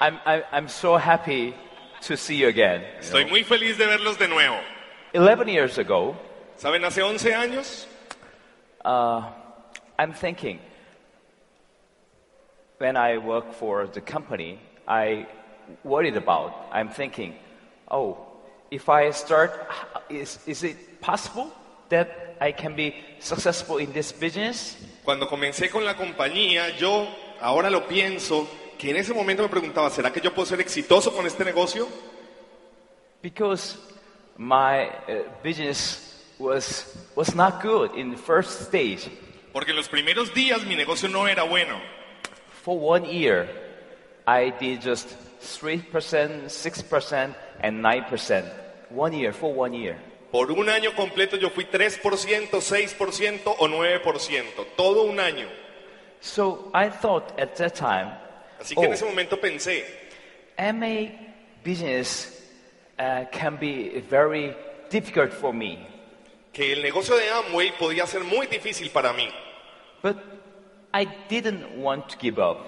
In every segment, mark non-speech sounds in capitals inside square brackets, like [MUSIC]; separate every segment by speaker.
Speaker 1: I'm, I'm, I'm so happy to see you again.
Speaker 2: Estoy muy feliz de verlos de nuevo.
Speaker 1: 11 years ago,
Speaker 2: ¿Saben? Hace 11 años
Speaker 1: I'm thinking, when I work for the company, I worried about, I'm thinking, oh, if I start, is, is it possible that I can be successful in this business?
Speaker 2: Cuando comencé con la compañía, yo ahora lo pienso, que en ese momento me preguntaba, ¿será que yo puedo ser exitoso con este negocio?
Speaker 1: Because my uh, business was, was not good in the first stage.
Speaker 2: Porque en los primeros días mi negocio no era bueno.
Speaker 1: For one year, I did just 3%, 6%, and 9%. One year, for one year.
Speaker 2: Por un año completo yo fui 3%, 6% o 9%, todo un año.
Speaker 1: So I thought at that time,
Speaker 2: Así que en
Speaker 1: oh,
Speaker 2: ese momento pensé,
Speaker 1: MA business uh, can be very difficult for me.
Speaker 2: que el negocio de Amway podía ser muy difícil para mí,
Speaker 1: But I didn't want to give up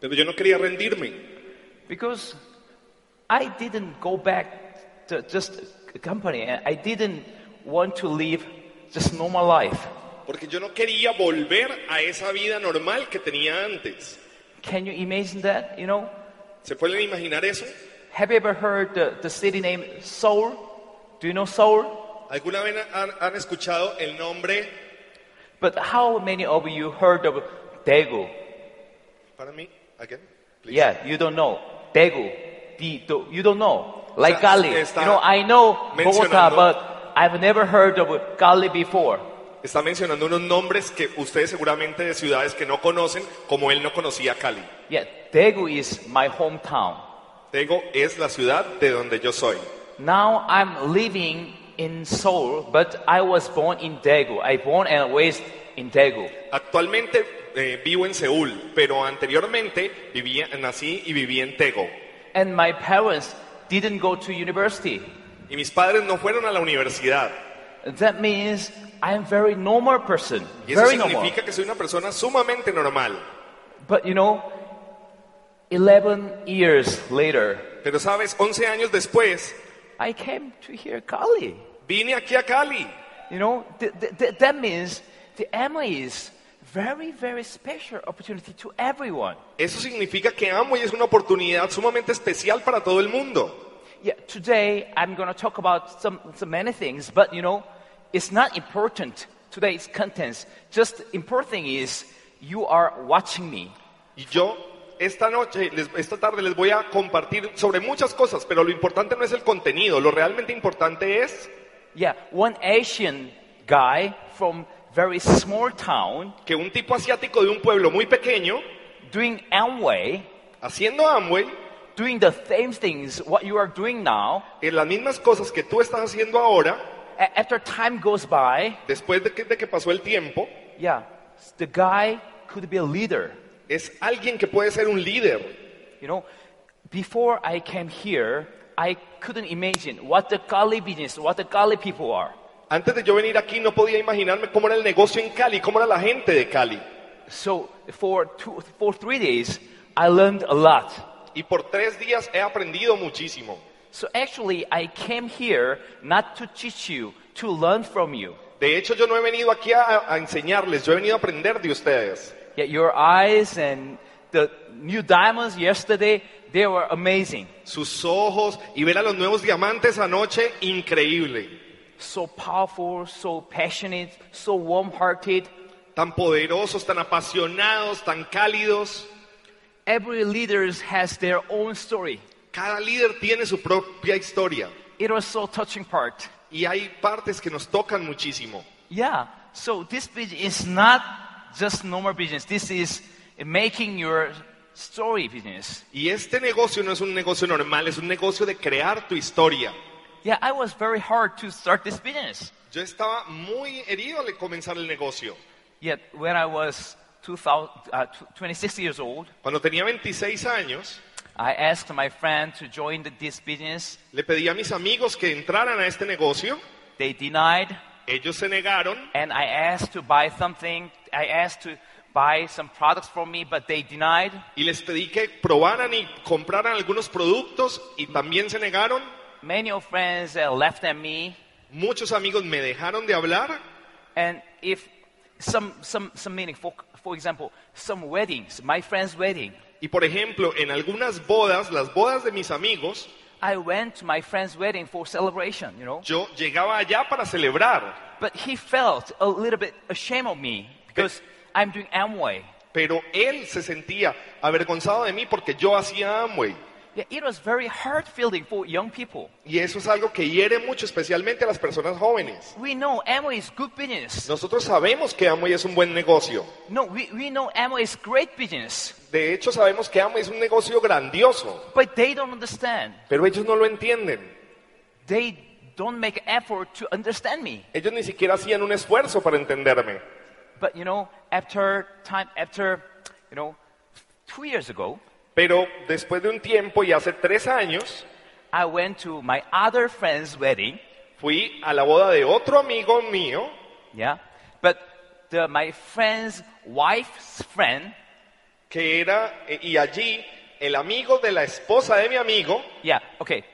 Speaker 2: pero yo no quería rendirme,
Speaker 1: because I didn't go back to just a company. and I didn't want to live just normal life.
Speaker 2: porque yo no quería volver a esa vida normal que tenía antes.
Speaker 1: Can you imagine that? You know,
Speaker 2: ¿Se pueden imaginar eso?
Speaker 1: have you ever heard the, the city name Seoul? Do you know Seoul?
Speaker 2: ¿Alguna vez han, han escuchado el nombre
Speaker 1: But how many of you heard of Daegu?
Speaker 2: para mí? again, please?
Speaker 1: Yeah, you don't know. Daegu. D- do- you don't know. Like
Speaker 2: Está-
Speaker 1: Cali.
Speaker 2: está
Speaker 1: You know, I know Bogota,
Speaker 2: mencionando-
Speaker 1: but I've never heard of Cali before.
Speaker 2: Está mencionando unos nombres que ustedes seguramente de ciudades que no conocen, como él no conocía Cali.
Speaker 1: Yeah, Daegu is my hometown.
Speaker 2: Tego es la ciudad de donde yo soy.
Speaker 1: Now I'm living in Seoul, but I was born in Daegu. I born and raised in Daegu.
Speaker 2: Actualmente eh, vivo en Seúl, pero anteriormente vivía, nací y viví en Tego.
Speaker 1: And my parents didn't go to university.
Speaker 2: Y mis padres no fueron a la universidad.
Speaker 1: That means I'm very normal person.
Speaker 2: Y eso
Speaker 1: Very normal.
Speaker 2: significa que soy una persona sumamente normal.
Speaker 1: But you know, 11 years later,
Speaker 2: Pero sabes, 11 años después,
Speaker 1: I came to hear Kali.
Speaker 2: vine aquí a Cali.
Speaker 1: You know, th- th- th- that means the Emma is very, very special opportunity to everyone.
Speaker 2: Eso significa que Amway es una oportunidad sumamente especial para todo el mundo.
Speaker 1: Yeah, today I'm going to talk about some, some many things, but you know, it's not important today's contents. Just important thing is you are watching me.
Speaker 2: Y yo esta noche, les- esta tarde les voy a compartir sobre muchas cosas, pero lo importante no es el contenido, lo realmente importante es
Speaker 1: Yeah, one Asian guy from very small town
Speaker 2: que un tipo asiático de un pueblo muy pequeño,
Speaker 1: doing Amway,
Speaker 2: haciendo Amway,
Speaker 1: doing the same things what you are doing now.
Speaker 2: en las mismas cosas que tú estás haciendo ahora,
Speaker 1: A- after time goes by,
Speaker 2: después de que, de que pasó el tiempo,
Speaker 1: Yeah, the guy could be a leader.
Speaker 2: es alguien que puede ser un líder.
Speaker 1: You know, before I came here, I couldn't imagine what the Kali business, what the Kali people are.
Speaker 2: Antes de yo venir aquí no podía imaginarme cómo era el negocio en Cali, cómo era la gente de Cali.
Speaker 1: So for two, for three days, I learned a lot.
Speaker 2: Y por tres días he aprendido muchísimo.
Speaker 1: So actually, I came here not to teach you, to learn from you.
Speaker 2: De hecho, yo no he venido aquí a, a enseñarles, yo he venido a aprender de ustedes.
Speaker 1: Yeah, your eyes and the new diamonds yesterday, they were amazing,
Speaker 2: Sus ojos y ver a los nuevos diamantes anoche, increíble.
Speaker 1: so powerful, so passionate, so warm-hearted.
Speaker 2: Tan poderosos, tan apasionados, tan cálidos.
Speaker 1: Every leader has their own story.
Speaker 2: Cada líder tiene su propia historia
Speaker 1: It was so touching part.
Speaker 2: y hay partes que nos tocan muchísimo.
Speaker 1: Yeah. So this business is not just normal business. This is making your story business.
Speaker 2: Y este negocio no es un negocio normal, es un negocio de crear tu historia.
Speaker 1: Yeah, I was very hard to start this business.
Speaker 2: Yo estaba muy herido al comenzar el negocio.
Speaker 1: Yet when I was 2000, uh, tw- 26 years old,
Speaker 2: Cuando tenía 26 años,
Speaker 1: I asked my friend to join the, this business.
Speaker 2: le pedí a mis amigos que entraran a este negocio.
Speaker 1: They denied,
Speaker 2: Ellos se negaron
Speaker 1: and I asked to buy something. I asked to buy some products from me, but they denied.
Speaker 2: Y les pedí que probaran y compraran algunos productos y también se negaron.
Speaker 1: Many of friends uh, left at me,
Speaker 2: Muchos amigos me dejaron de hablar.
Speaker 1: and if some some some meaning for for example, some weddings, my friend's wedding,
Speaker 2: Y por ejemplo, en algunas bodas, las bodas de mis amigos,
Speaker 1: I went to my friend's wedding for celebration, you know.
Speaker 2: yo llegaba allá para celebrar.
Speaker 1: But he felt a little bit ashamed of me because I'm doing Amway.
Speaker 2: Pero él se sentía avergonzado de mí porque yo hacía Amway.
Speaker 1: Yeah, it was very hard feeling for young people.
Speaker 2: Y eso es algo que hiere mucho, especialmente a las personas jóvenes.
Speaker 1: We know Amway is good business.
Speaker 2: Nosotros sabemos que Amway es un buen negocio.
Speaker 1: No, we, we know Amway is great business,
Speaker 2: De hecho, sabemos que Amway es un negocio grandioso.
Speaker 1: but they don't understand.
Speaker 2: Pero ellos no lo entienden.
Speaker 1: They don't make effort to understand me.
Speaker 2: Ellos ni siquiera hacían un esfuerzo para entenderme.
Speaker 1: But you know, after time, after you know, two years ago,
Speaker 2: Pero después de un tiempo y hace tres años,
Speaker 1: I went to my other friend's wedding.
Speaker 2: fui a la boda de otro amigo mío,
Speaker 1: Yeah, but the, my friend's wife's friend.
Speaker 2: que era, eh, y allí el amigo de la esposa de mi amigo,
Speaker 1: Yeah, okay,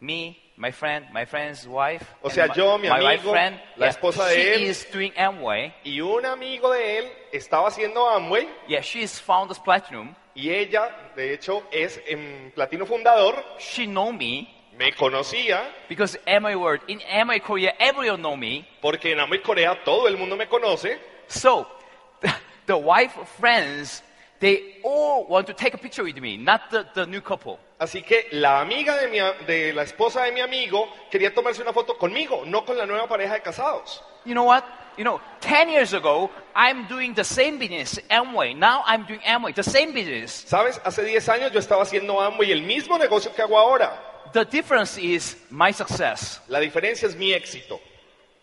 Speaker 1: me, my friend, my friend's wife.
Speaker 2: O
Speaker 1: and
Speaker 2: sea,
Speaker 1: my,
Speaker 2: yo, mi
Speaker 1: my wife
Speaker 2: amigo,
Speaker 1: friend.
Speaker 2: la
Speaker 1: yeah,
Speaker 2: esposa de
Speaker 1: she
Speaker 2: él.
Speaker 1: is doing Amway.
Speaker 2: y un amigo de él estaba haciendo Amway,
Speaker 1: Yeah, she is founders platinum.
Speaker 2: y ella, de hecho, es em, platino fundador,
Speaker 1: She know me
Speaker 2: me conocía,
Speaker 1: because Amway world in Amway Korea, everyone know me.
Speaker 2: porque en Amway Corea todo el mundo me conoce,
Speaker 1: So, [LAUGHS] the, the wife friends, they all want to take a picture with me, not the, the new couple.
Speaker 2: así que la amiga de, mi a- de la esposa de mi amigo quería tomarse una foto conmigo, no con la nueva pareja de casados.
Speaker 1: You know what? You know, 10 years ago, I'm doing the same business, Amway. Now I'm doing Amway, the same business.
Speaker 2: ¿Sabes? Hace 10 años yo estaba haciendo Amway, el mismo negocio que hago ahora.
Speaker 1: The difference is my success.
Speaker 2: La diferencia es mi éxito.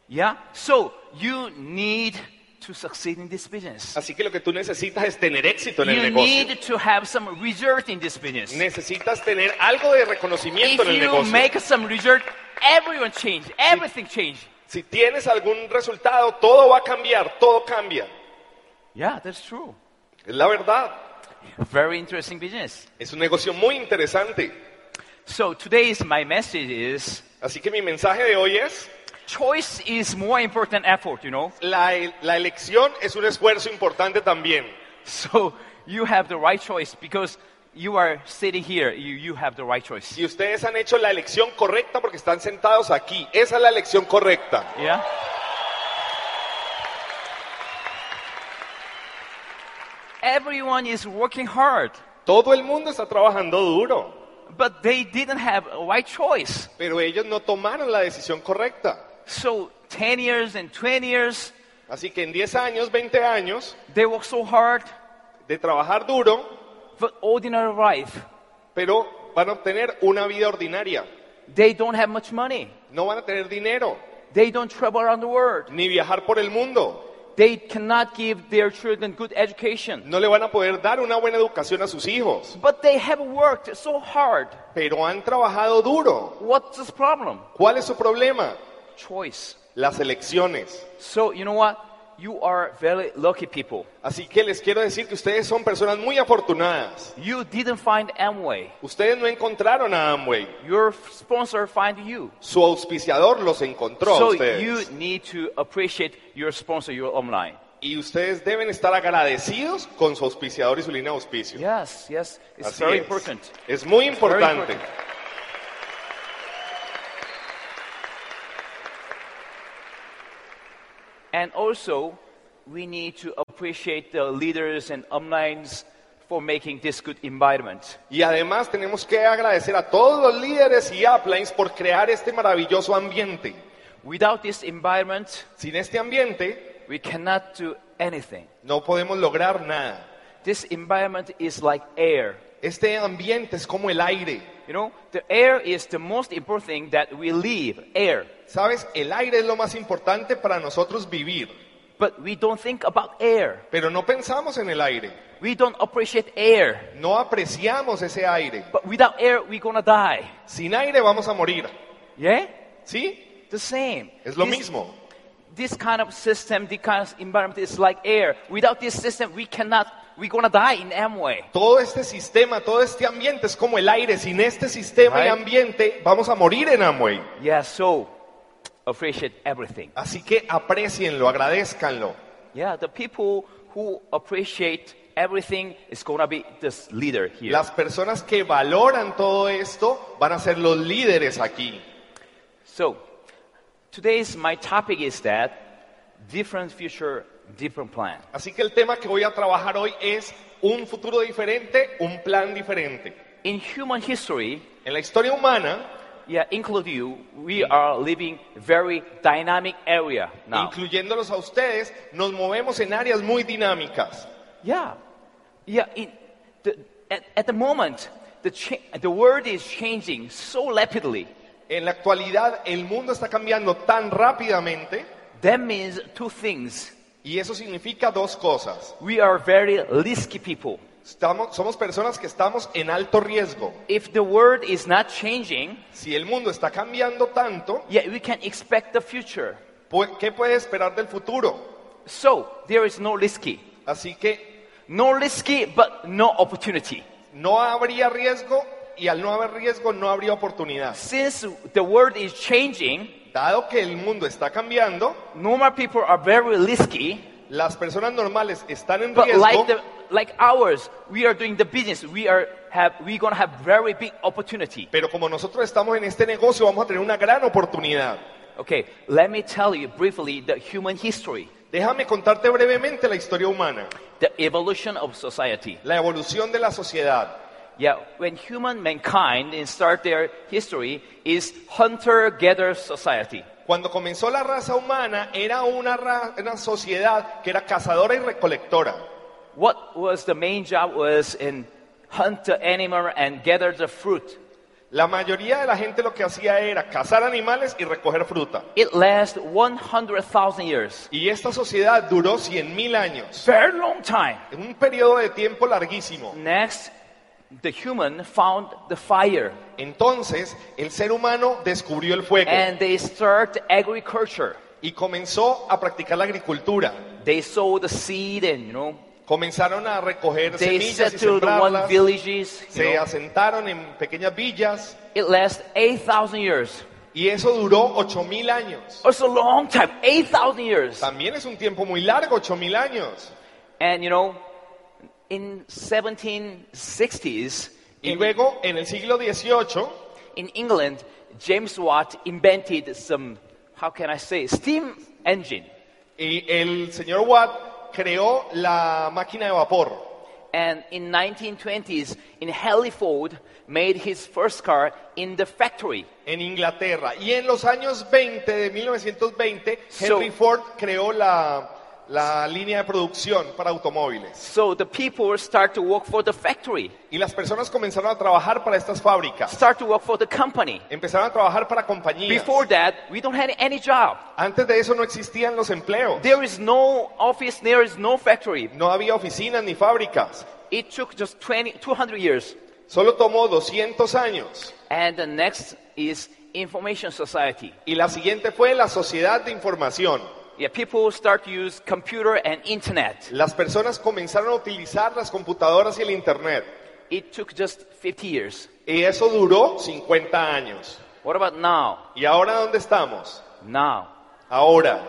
Speaker 1: Yeah? So, you need to succeed in this business.
Speaker 2: Así que lo que tú necesitas es tener éxito en el
Speaker 1: You
Speaker 2: negocio.
Speaker 1: need to have some result in this business.
Speaker 2: Necesitas tener algo de reconocimiento
Speaker 1: If
Speaker 2: en el
Speaker 1: you
Speaker 2: negocio.
Speaker 1: make some result, everyone change, everything change.
Speaker 2: Si tienes algún resultado, todo va a cambiar, todo cambia.
Speaker 1: Yeah, that's true.
Speaker 2: Es la verdad.
Speaker 1: Very interesting business.
Speaker 2: Es un negocio muy interesante.
Speaker 1: So today's my message is
Speaker 2: Así que mi mensaje de hoy es,
Speaker 1: choice is more important than effort, you know. [LAUGHS]
Speaker 2: la, el- la elección es un esfuerzo importante también.
Speaker 1: So you have the right choice because you are sitting here. You, you have the right choice.
Speaker 2: Y ustedes han hecho la elección correcta porque están sentados aquí. Esa es la elección correcta.
Speaker 1: Yeah. Everyone is working hard,
Speaker 2: Todo el mundo está trabajando duro.
Speaker 1: but they didn't have a right choice.
Speaker 2: Pero ellos no tomaron la decisión correcta.
Speaker 1: So 10 years and 20 years,
Speaker 2: Así que en 10 años, 20 años
Speaker 1: they work so hard
Speaker 2: de trabajar duro,
Speaker 1: for ordinary life.
Speaker 2: pero van a obtener una vida ordinaria.
Speaker 1: They don't have much money.
Speaker 2: No van a tener dinero,
Speaker 1: They don't travel around the world.
Speaker 2: ni viajar por el mundo.
Speaker 1: They cannot give their children good education.
Speaker 2: No le van a poder dar una buena educación a sus hijos.
Speaker 1: But they have worked so hard.
Speaker 2: Pero han trabajado duro.
Speaker 1: What's the problem?
Speaker 2: ¿Cuál es su problema?
Speaker 1: Choice.
Speaker 2: Las elecciones.
Speaker 1: So, you know what? You are very lucky people.
Speaker 2: Así que les quiero decir que ustedes son personas muy afortunadas.
Speaker 1: You didn't find Amway.
Speaker 2: Ustedes no encontraron a Amway.
Speaker 1: Your sponsor find you.
Speaker 2: Su auspiciador los encontró a
Speaker 1: So you
Speaker 2: ustedes.
Speaker 1: need to appreciate your sponsor, your online.
Speaker 2: Y ustedes deben estar agradecidos con su auspiciador y su línea de auspicio.
Speaker 1: Yes, yes. It's
Speaker 2: Así
Speaker 1: very
Speaker 2: es.
Speaker 1: important.
Speaker 2: Es muy importante.
Speaker 1: important. And also, we need to appreciate the leaders and alumni's for making this good environment.
Speaker 2: Y además tenemos que agradecer a todos los líderes y uplines por crear este maravilloso ambiente.
Speaker 1: Without this environment,
Speaker 2: Sin este ambiente
Speaker 1: we cannot do anything.
Speaker 2: no podemos lograr nada.
Speaker 1: This environment is like air.
Speaker 2: Este ambiente es como el aire.
Speaker 1: You know, the air is the most important thing that we live, air.
Speaker 2: Sabes, el aire es lo más importante para nosotros vivir,
Speaker 1: But we don't think about air.
Speaker 2: pero no pensamos en el aire,
Speaker 1: We don't appreciate air.
Speaker 2: no apreciamos ese aire.
Speaker 1: But without air, we're gonna die.
Speaker 2: Sin aire vamos a morir,
Speaker 1: Yeah?
Speaker 2: ¿sí?
Speaker 1: The same.
Speaker 2: Es lo
Speaker 1: This-
Speaker 2: mismo.
Speaker 1: this kind of system, this kind of environment is like air. Without this system, we cannot, we're gonna die in Amway.
Speaker 2: Todo este sistema, todo este ambiente es como el aire. Sin este sistema y
Speaker 1: Right.
Speaker 2: ambiente vamos a morir en Amway.
Speaker 1: Yeah, so appreciate everything.
Speaker 2: Así que aprecienlo, agradezcanlo.
Speaker 1: Yeah, the people who appreciate everything is gonna be this leader here.
Speaker 2: Las personas que valoran todo esto van a ser los líderes aquí.
Speaker 1: So today's my topic is that different future, different plan.
Speaker 2: Así que el tema que voy a trabajar hoy es un futuro diferente, un plan diferente.
Speaker 1: In human history,
Speaker 2: En la historia humana,
Speaker 1: yeah, include you, we are living very dynamic area now.
Speaker 2: incluyéndolos a ustedes, nos movemos en áreas muy dinámicas.
Speaker 1: Yeah, yeah. In the, at, at the moment, the cha- the world is changing so rapidly.
Speaker 2: En la actualidad, el mundo está cambiando tan rápidamente
Speaker 1: That means two things:
Speaker 2: y eso significa dos cosas.
Speaker 1: we are very risky people.
Speaker 2: Estamos, somos personas que estamos en alto riesgo.
Speaker 1: If the world is not changing,
Speaker 2: Si el mundo está cambiando tanto,
Speaker 1: yeah, we can expect the future.
Speaker 2: pu- ¿qué puede esperar del futuro?
Speaker 1: So there is no risky,
Speaker 2: Así que
Speaker 1: no risky, but no opportunity.
Speaker 2: no habría riesgo y al no haber riesgo no habría oportunidad.
Speaker 1: Since the world is changing,
Speaker 2: Dado que el mundo está cambiando,
Speaker 1: normal people are very risky.
Speaker 2: las personas normales están en
Speaker 1: But
Speaker 2: riesgo,
Speaker 1: like the like ours, we are doing the business. We are have we gonna have very big opportunity.
Speaker 2: pero como nosotros estamos en este negocio vamos a tener una gran oportunidad.
Speaker 1: Okay, let me tell you briefly the human history,
Speaker 2: Déjame contarte brevemente la historia humana,
Speaker 1: the evolution of society.
Speaker 2: la evolución de la sociedad.
Speaker 1: Yeah, when human mankind in start their history is hunter-gatherer society.
Speaker 2: Cuando comenzó la raza humana era una, ra- una sociedad que era cazadora y recolectora.
Speaker 1: What was the main job was in hunt the animal and gather the fruit.
Speaker 2: La mayoría de la gente lo que hacía era cazar animales y recoger fruta.
Speaker 1: It lasted 100,000 years.
Speaker 2: Y esta sociedad duró 100.000 años,
Speaker 1: Very long time.
Speaker 2: en un periodo de tiempo larguísimo.
Speaker 1: Next, the human found the fire
Speaker 2: Entonces, el ser humano descubrió el fuego
Speaker 1: and they start agriculture.
Speaker 2: y comenzó a practicar la agricultura.
Speaker 1: They sow the seed and you know
Speaker 2: Comenzaron a recoger
Speaker 1: they
Speaker 2: semillas y
Speaker 1: settled the one
Speaker 2: sembrarlas.
Speaker 1: villages. you
Speaker 2: Se
Speaker 1: know.
Speaker 2: asentaron en pequeñas villas
Speaker 1: It lasts 8,000 years.
Speaker 2: y eso duró 8000 años.
Speaker 1: It's a long time, 8,000 years.
Speaker 2: También es un tiempo muy largo, 8000 años.
Speaker 1: And you know, in 1760s,
Speaker 2: Y
Speaker 1: in,
Speaker 2: luego, en el siglo XVIII,
Speaker 1: in England, James Watt invented some, how can I say, steam engine.
Speaker 2: y el señor Watt creó la máquina de vapor.
Speaker 1: And in 1920s, in Halifax, made his first car in the factory.
Speaker 2: En Inglaterra. Y en los años 20 de 1920,
Speaker 1: So-
Speaker 2: Henry Ford creó la, la línea de producción para automóviles.
Speaker 1: So the people start to work for the factory,
Speaker 2: Y las personas comenzaron a trabajar para estas fábricas.
Speaker 1: start to work for the company.
Speaker 2: Empezaron a trabajar para compañías.
Speaker 1: Before that, we don't have any job.
Speaker 2: Antes de eso no existían los empleos.
Speaker 1: There is no office, there is no factory.
Speaker 2: No había oficinas ni fábricas.
Speaker 1: It took just 20, 200 years.
Speaker 2: Solo tomó 200 años.
Speaker 1: And the next is information society.
Speaker 2: Y la siguiente fue la sociedad de información.
Speaker 1: Yeah, people start to use computer and internet.
Speaker 2: Las personas comenzaron a utilizar las computadoras y el Internet.
Speaker 1: It took just 50 years.
Speaker 2: Y eso duró 50 años.
Speaker 1: What about now?
Speaker 2: ¿Y ahora dónde estamos?
Speaker 1: Now,
Speaker 2: Ahora,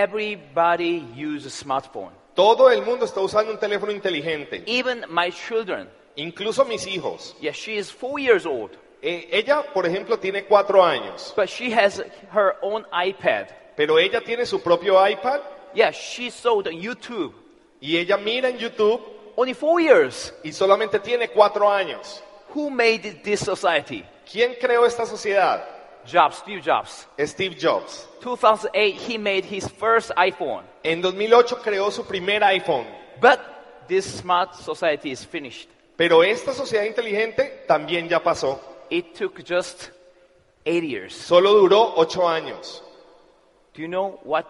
Speaker 1: everybody uses smartphone.
Speaker 2: todo el mundo está usando un teléfono inteligente.
Speaker 1: Even my children.
Speaker 2: Incluso mis hijos.
Speaker 1: Yeah, she is 4 years old,
Speaker 2: Eh, ella, por ejemplo, tiene 4 años.
Speaker 1: but she has her own iPad.
Speaker 2: Pero ella tiene su propio iPad
Speaker 1: Yeah, she saw the YouTube.
Speaker 2: y ella mira en YouTube
Speaker 1: Only 4 years.
Speaker 2: y solamente tiene 4 años.
Speaker 1: Who made this society?
Speaker 2: ¿Quién creó esta sociedad?
Speaker 1: Jobs, Steve Jobs.
Speaker 2: Steve Jobs.
Speaker 1: 2008 he made his first iPhone.
Speaker 2: En 2008 creó su primer iPhone,
Speaker 1: But this smart society is finished.
Speaker 2: pero esta sociedad inteligente también ya pasó.
Speaker 1: It took just 8 years.
Speaker 2: Solo duró 8 años.
Speaker 1: Do you know what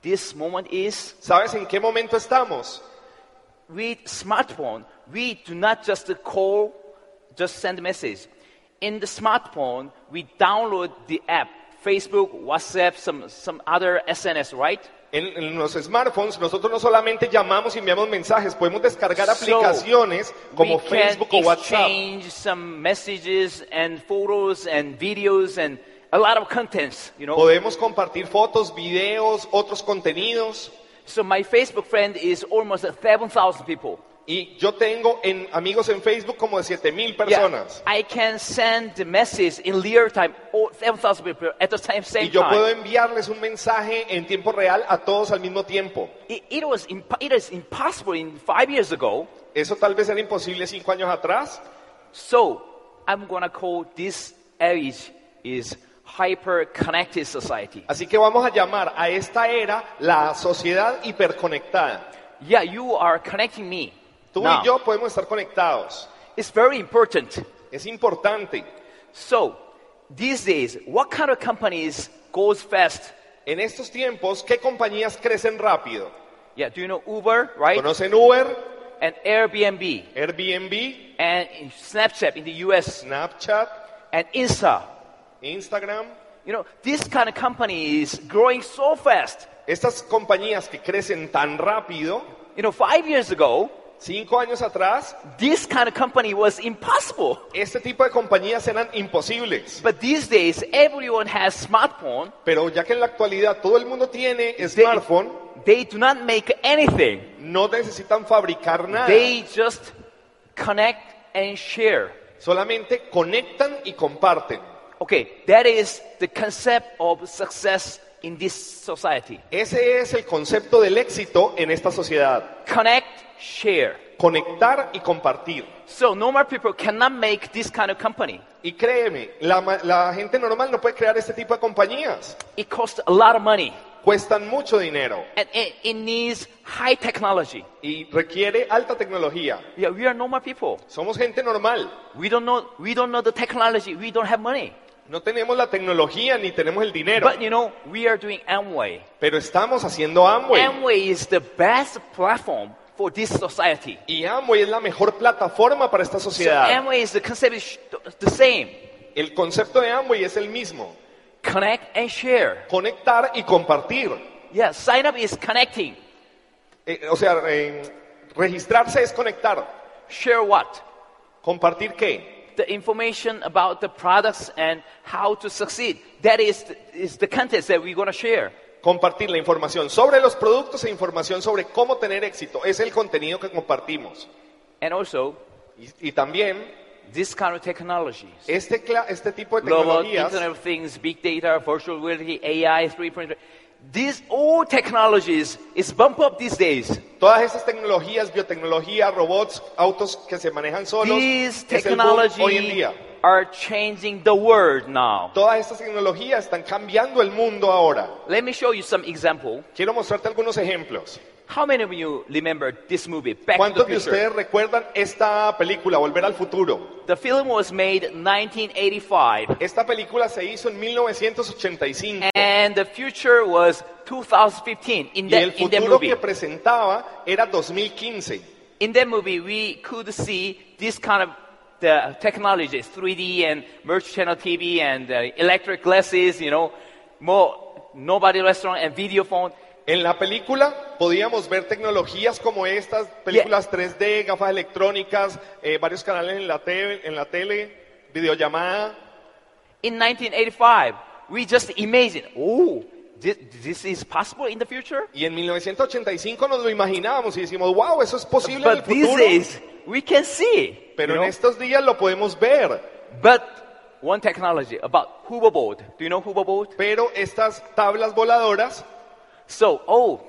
Speaker 1: this moment is?
Speaker 2: ¿Sabes en qué momento estamos?
Speaker 1: With smartphone, we do not just call, just send message. In the smartphone, we download the app Facebook, WhatsApp, some, some other SNS, right?
Speaker 2: En, en los smartphones nosotros no solamente llamamos y enviamos mensajes, podemos descargar
Speaker 1: So,
Speaker 2: aplicaciones como
Speaker 1: we can
Speaker 2: Facebook o WhatsApp.
Speaker 1: exchange some messages and photos and videos and a lot of contents, you know.
Speaker 2: Podemos compartir fotos, videos, otros contenidos.
Speaker 1: So my Facebook friend is almost 7,000 people.
Speaker 2: Y yo tengo en, amigos en Facebook como de 7000
Speaker 1: Yeah.
Speaker 2: personas.
Speaker 1: I can send the message in real time, all 7,000 people at the time,
Speaker 2: Y
Speaker 1: same
Speaker 2: yo puedo
Speaker 1: time.
Speaker 2: enviarles un mensaje en tiempo real a todos al mismo tiempo.
Speaker 1: It, it was imp- it is impossible in five years ago.
Speaker 2: Eso tal vez era imposible cinco años atrás.
Speaker 1: So I'm gonna call this age is hyper-connected society.
Speaker 2: Así que vamos a llamar a esta era la sociedad hiperconectada.
Speaker 1: Yeah, you are connecting me.
Speaker 2: Tú
Speaker 1: now.
Speaker 2: y yo podemos estar conectados.
Speaker 1: It's very important.
Speaker 2: Es importante.
Speaker 1: So these days, what kind of companies goes fast?
Speaker 2: En estos tiempos, ¿qué compañías crecen rápido?
Speaker 1: Yeah, do you know Uber, right?
Speaker 2: ¿Conocen Uber,
Speaker 1: And Airbnb
Speaker 2: Airbnb,
Speaker 1: and Snapchat in the U.S.
Speaker 2: Snapchat,
Speaker 1: and Insta.
Speaker 2: Instagram?
Speaker 1: You know, this kind of company is growing so fast.
Speaker 2: Estas compañías que crecen tan rápido,
Speaker 1: You know, five years ago,
Speaker 2: cinco años atrás,
Speaker 1: this kind of company was impossible.
Speaker 2: este tipo de compañías eran imposibles.
Speaker 1: But these days, everyone has smartphone.
Speaker 2: Pero ya que en la actualidad todo el mundo tiene
Speaker 1: They,
Speaker 2: smartphone,
Speaker 1: they do not make anything.
Speaker 2: no necesitan fabricar nada.
Speaker 1: They just connect and share.
Speaker 2: Solamente conectan y comparten.
Speaker 1: Okay, that is the concept of success in this society.
Speaker 2: Ese es el concepto del éxito en esta sociedad.
Speaker 1: Connect, share.
Speaker 2: Conectar y compartir.
Speaker 1: So normal people cannot make this kind of company.
Speaker 2: Y créeme, la, ma- la gente normal no puede crear este tipo de compañías.
Speaker 1: It costs a lot of money
Speaker 2: Cuestan mucho dinero
Speaker 1: and it, it needs high technology.
Speaker 2: y requiere alta tecnología.
Speaker 1: Yeah, we are normal people.
Speaker 2: Somos gente normal.
Speaker 1: We don't know we don't know the technology. We don't have money.
Speaker 2: No tenemos la tecnología ni tenemos el dinero,
Speaker 1: But you know, we are doing Amway.
Speaker 2: pero estamos haciendo Amway.
Speaker 1: Amway is the best platform for this society.
Speaker 2: Y Amway es la mejor plataforma para esta
Speaker 1: So
Speaker 2: sociedad.
Speaker 1: Amway is the concept is sh- the same.
Speaker 2: El concepto de Amway es el mismo.
Speaker 1: Connect and share.
Speaker 2: Conectar y compartir.
Speaker 1: Yeah, sign up is connecting.
Speaker 2: Eh, o sea, eh, registrarse es conectar.
Speaker 1: Share what?
Speaker 2: ¿Compartir qué?
Speaker 1: The information about the products and how to succeed. That is the, is the content that we're going to share.
Speaker 2: Compartir la información sobre los productos e información sobre cómo tener éxito. Es el contenido que compartimos.
Speaker 1: And also,
Speaker 2: Y, y también
Speaker 1: this kind of technology.
Speaker 2: este, cla- este tipo de
Speaker 1: Global
Speaker 2: tecnologías,
Speaker 1: Internet of Things, big data, virtual reality, AI 3.0. oh. These all technologies is bump up these days.
Speaker 2: todas estas tecnologías, biotecnología, robots, autos que se manejan solos,
Speaker 1: These
Speaker 2: es el boom hoy en
Speaker 1: technology
Speaker 2: día.
Speaker 1: are changing the world now.
Speaker 2: Todas estas tecnologías están cambiando el mundo ahora.
Speaker 1: Let me show you some example.
Speaker 2: Quiero mostrarte algunos ejemplos.
Speaker 1: How many of you remember this movie, Back to
Speaker 2: ¿Cuántos
Speaker 1: the
Speaker 2: de
Speaker 1: Future?
Speaker 2: ustedes recuerdan esta película, Volver al Futuro?
Speaker 1: The film was made 1985,
Speaker 2: Esta película se hizo en 1985
Speaker 1: and the future was 2015 in
Speaker 2: y el
Speaker 1: that, in that
Speaker 2: futuro
Speaker 1: movie.
Speaker 2: que presentaba era 2015.
Speaker 1: In that movie, we could see this kind of the technologies, 3D and merge channel TV and uh, electric glasses, you know, more nobody restaurant and video phone.
Speaker 2: En la película podíamos ver tecnologías como estas, películas 3D, gafas electrónicas, eh, varios canales en la, tele, en la tele, videollamada.
Speaker 1: In 1985, we just imagined, oh, this, this is possible in the future.
Speaker 2: Y en 1985 nos lo imaginábamos y decimos, wow, eso es posible en el
Speaker 1: But these
Speaker 2: futuro.
Speaker 1: days, we can see.
Speaker 2: Pero
Speaker 1: you
Speaker 2: en
Speaker 1: know?
Speaker 2: estos días lo podemos ver.
Speaker 1: But one technology about hoverboard. Do you know hoverboard?
Speaker 2: Pero estas tablas voladoras
Speaker 1: So, oh,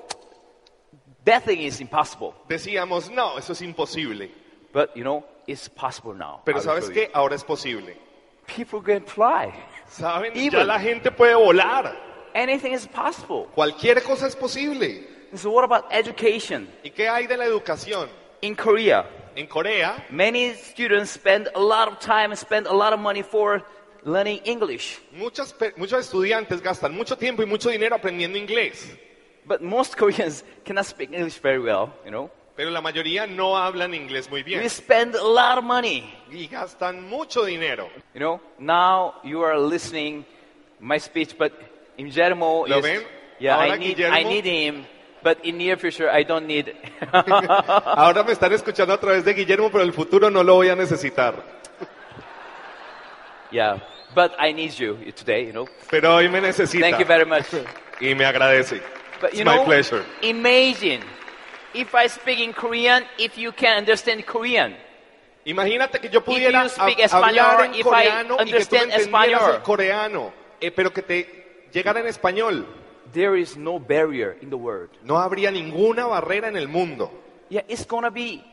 Speaker 1: that thing is impossible.
Speaker 2: decíamos, no, eso es imposible.
Speaker 1: But you know, it's possible now.
Speaker 2: Pero
Speaker 1: I'll
Speaker 2: ¿sabes
Speaker 1: show
Speaker 2: qué? Ahora es posible.
Speaker 1: you. People can fly.
Speaker 2: ¿Saben? Ya
Speaker 1: Even-
Speaker 2: la gente puede volar.
Speaker 1: Anything is possible.
Speaker 2: Cualquier cosa es posible.
Speaker 1: So, what about education?
Speaker 2: ¿Y qué hay de la educación?
Speaker 1: In Korea,
Speaker 2: En Corea
Speaker 1: many students spend a lot of time and spend a lot of money for learning English.
Speaker 2: Muchas pe- muchos estudiantes gastan mucho tiempo y mucho dinero aprendiendo inglés,
Speaker 1: But most [LAUGHS] Koreans cannot speak English very well, you know.
Speaker 2: pero la mayoría no hablan inglés muy bien
Speaker 1: We spend a lot of money
Speaker 2: y gastan mucho dinero.
Speaker 1: You know, now you are listening my speech, but in Guillermo
Speaker 2: ¿Lo
Speaker 1: is,
Speaker 2: ven?
Speaker 1: yeah,
Speaker 2: Ahora
Speaker 1: I need, I
Speaker 2: Guillermo-
Speaker 1: need him, but in near future I don't need. [LAUGHS]
Speaker 2: Ahora me están escuchando a través de Guillermo, pero en el futuro no lo voy a necesitar.
Speaker 1: yeah, but I need you today. You know.
Speaker 2: Pero hoy me necesita.
Speaker 1: Thank you very
Speaker 2: [LAUGHS]
Speaker 1: much.
Speaker 2: Y me agradece.
Speaker 1: But you
Speaker 2: It's my
Speaker 1: know,
Speaker 2: pleasure.
Speaker 1: imagine if I speak in Korean, if you can understand Korean.
Speaker 2: Imagínate que yo pudiera
Speaker 1: you speak
Speaker 2: hab-
Speaker 1: español,
Speaker 2: hablar en
Speaker 1: if I
Speaker 2: coreano y que tú me
Speaker 1: understand
Speaker 2: entendieras
Speaker 1: español.
Speaker 2: en coreano, eh, pero que te llegara en español.
Speaker 1: There is no barrier in the world.
Speaker 2: No habría ninguna barrera en el mundo.
Speaker 1: Yeah, it's gonna be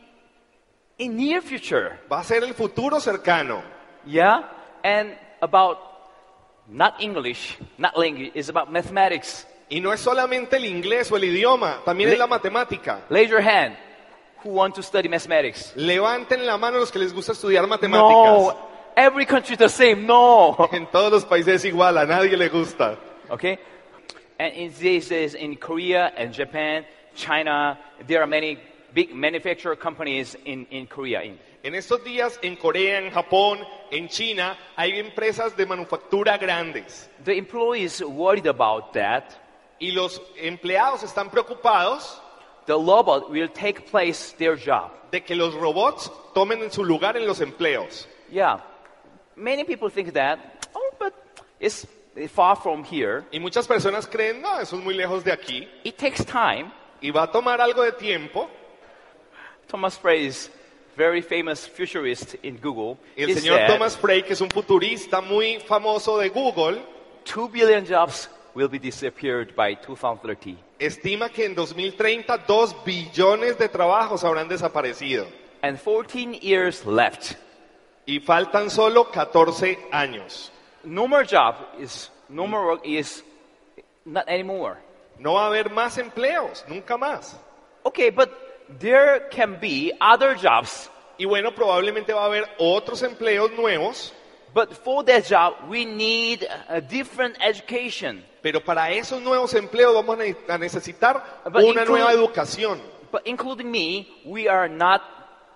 Speaker 1: in near future.
Speaker 2: Va a ser el futuro cercano.
Speaker 1: Yeah, and about not English, not language. It's about mathematics.
Speaker 2: Y no es solamente el inglés o el idioma, también
Speaker 1: Le-
Speaker 2: es la matemática.
Speaker 1: Raise your hand. Who want to study mathematics?
Speaker 2: Levanten la mano los que les gusta estudiar matemáticas.
Speaker 1: No, every country the same. No. [LAUGHS]
Speaker 2: En todos los países es igual, a nadie le gusta.
Speaker 1: Okay? And in these days in Korea and Japan, China, there are many big manufacturer companies in, in Korea. In,
Speaker 2: En estos días en Corea, en Japón, en China, hay empresas de manufactura grandes.
Speaker 1: the employees worried about that.
Speaker 2: Y los empleados están preocupados
Speaker 1: The robot will take place their job.
Speaker 2: de que los robots tomen en su lugar en los empleos.
Speaker 1: Yeah. Many people think that, oh, but it's far from here.
Speaker 2: Y muchas personas creen, no, eso es muy lejos de aquí.
Speaker 1: It takes time.
Speaker 2: Y va a tomar algo de tiempo.
Speaker 1: Thomas Frey is very famous futurist in Google.
Speaker 2: Y el
Speaker 1: He
Speaker 2: señor
Speaker 1: said,
Speaker 2: Thomas Frey, que es un futurista muy famoso de Google,
Speaker 1: Two billion jobs will be disappeared by 2030.
Speaker 2: estima que en 2030 dos billones de trabajos habrán desaparecido.
Speaker 1: And 14 years left.
Speaker 2: Y faltan solo 14 años.
Speaker 1: no more job is no more work is not anymore
Speaker 2: No va a haber más empleos, nunca más.
Speaker 1: okay but there can be other jobs
Speaker 2: Y bueno, probablemente va a haber otros empleos nuevos,
Speaker 1: but for that job we need a different education
Speaker 2: pero para esos nuevos empleos vamos a ne- a necesitar
Speaker 1: But
Speaker 2: una
Speaker 1: include-
Speaker 2: nueva educación.
Speaker 1: but including me we are not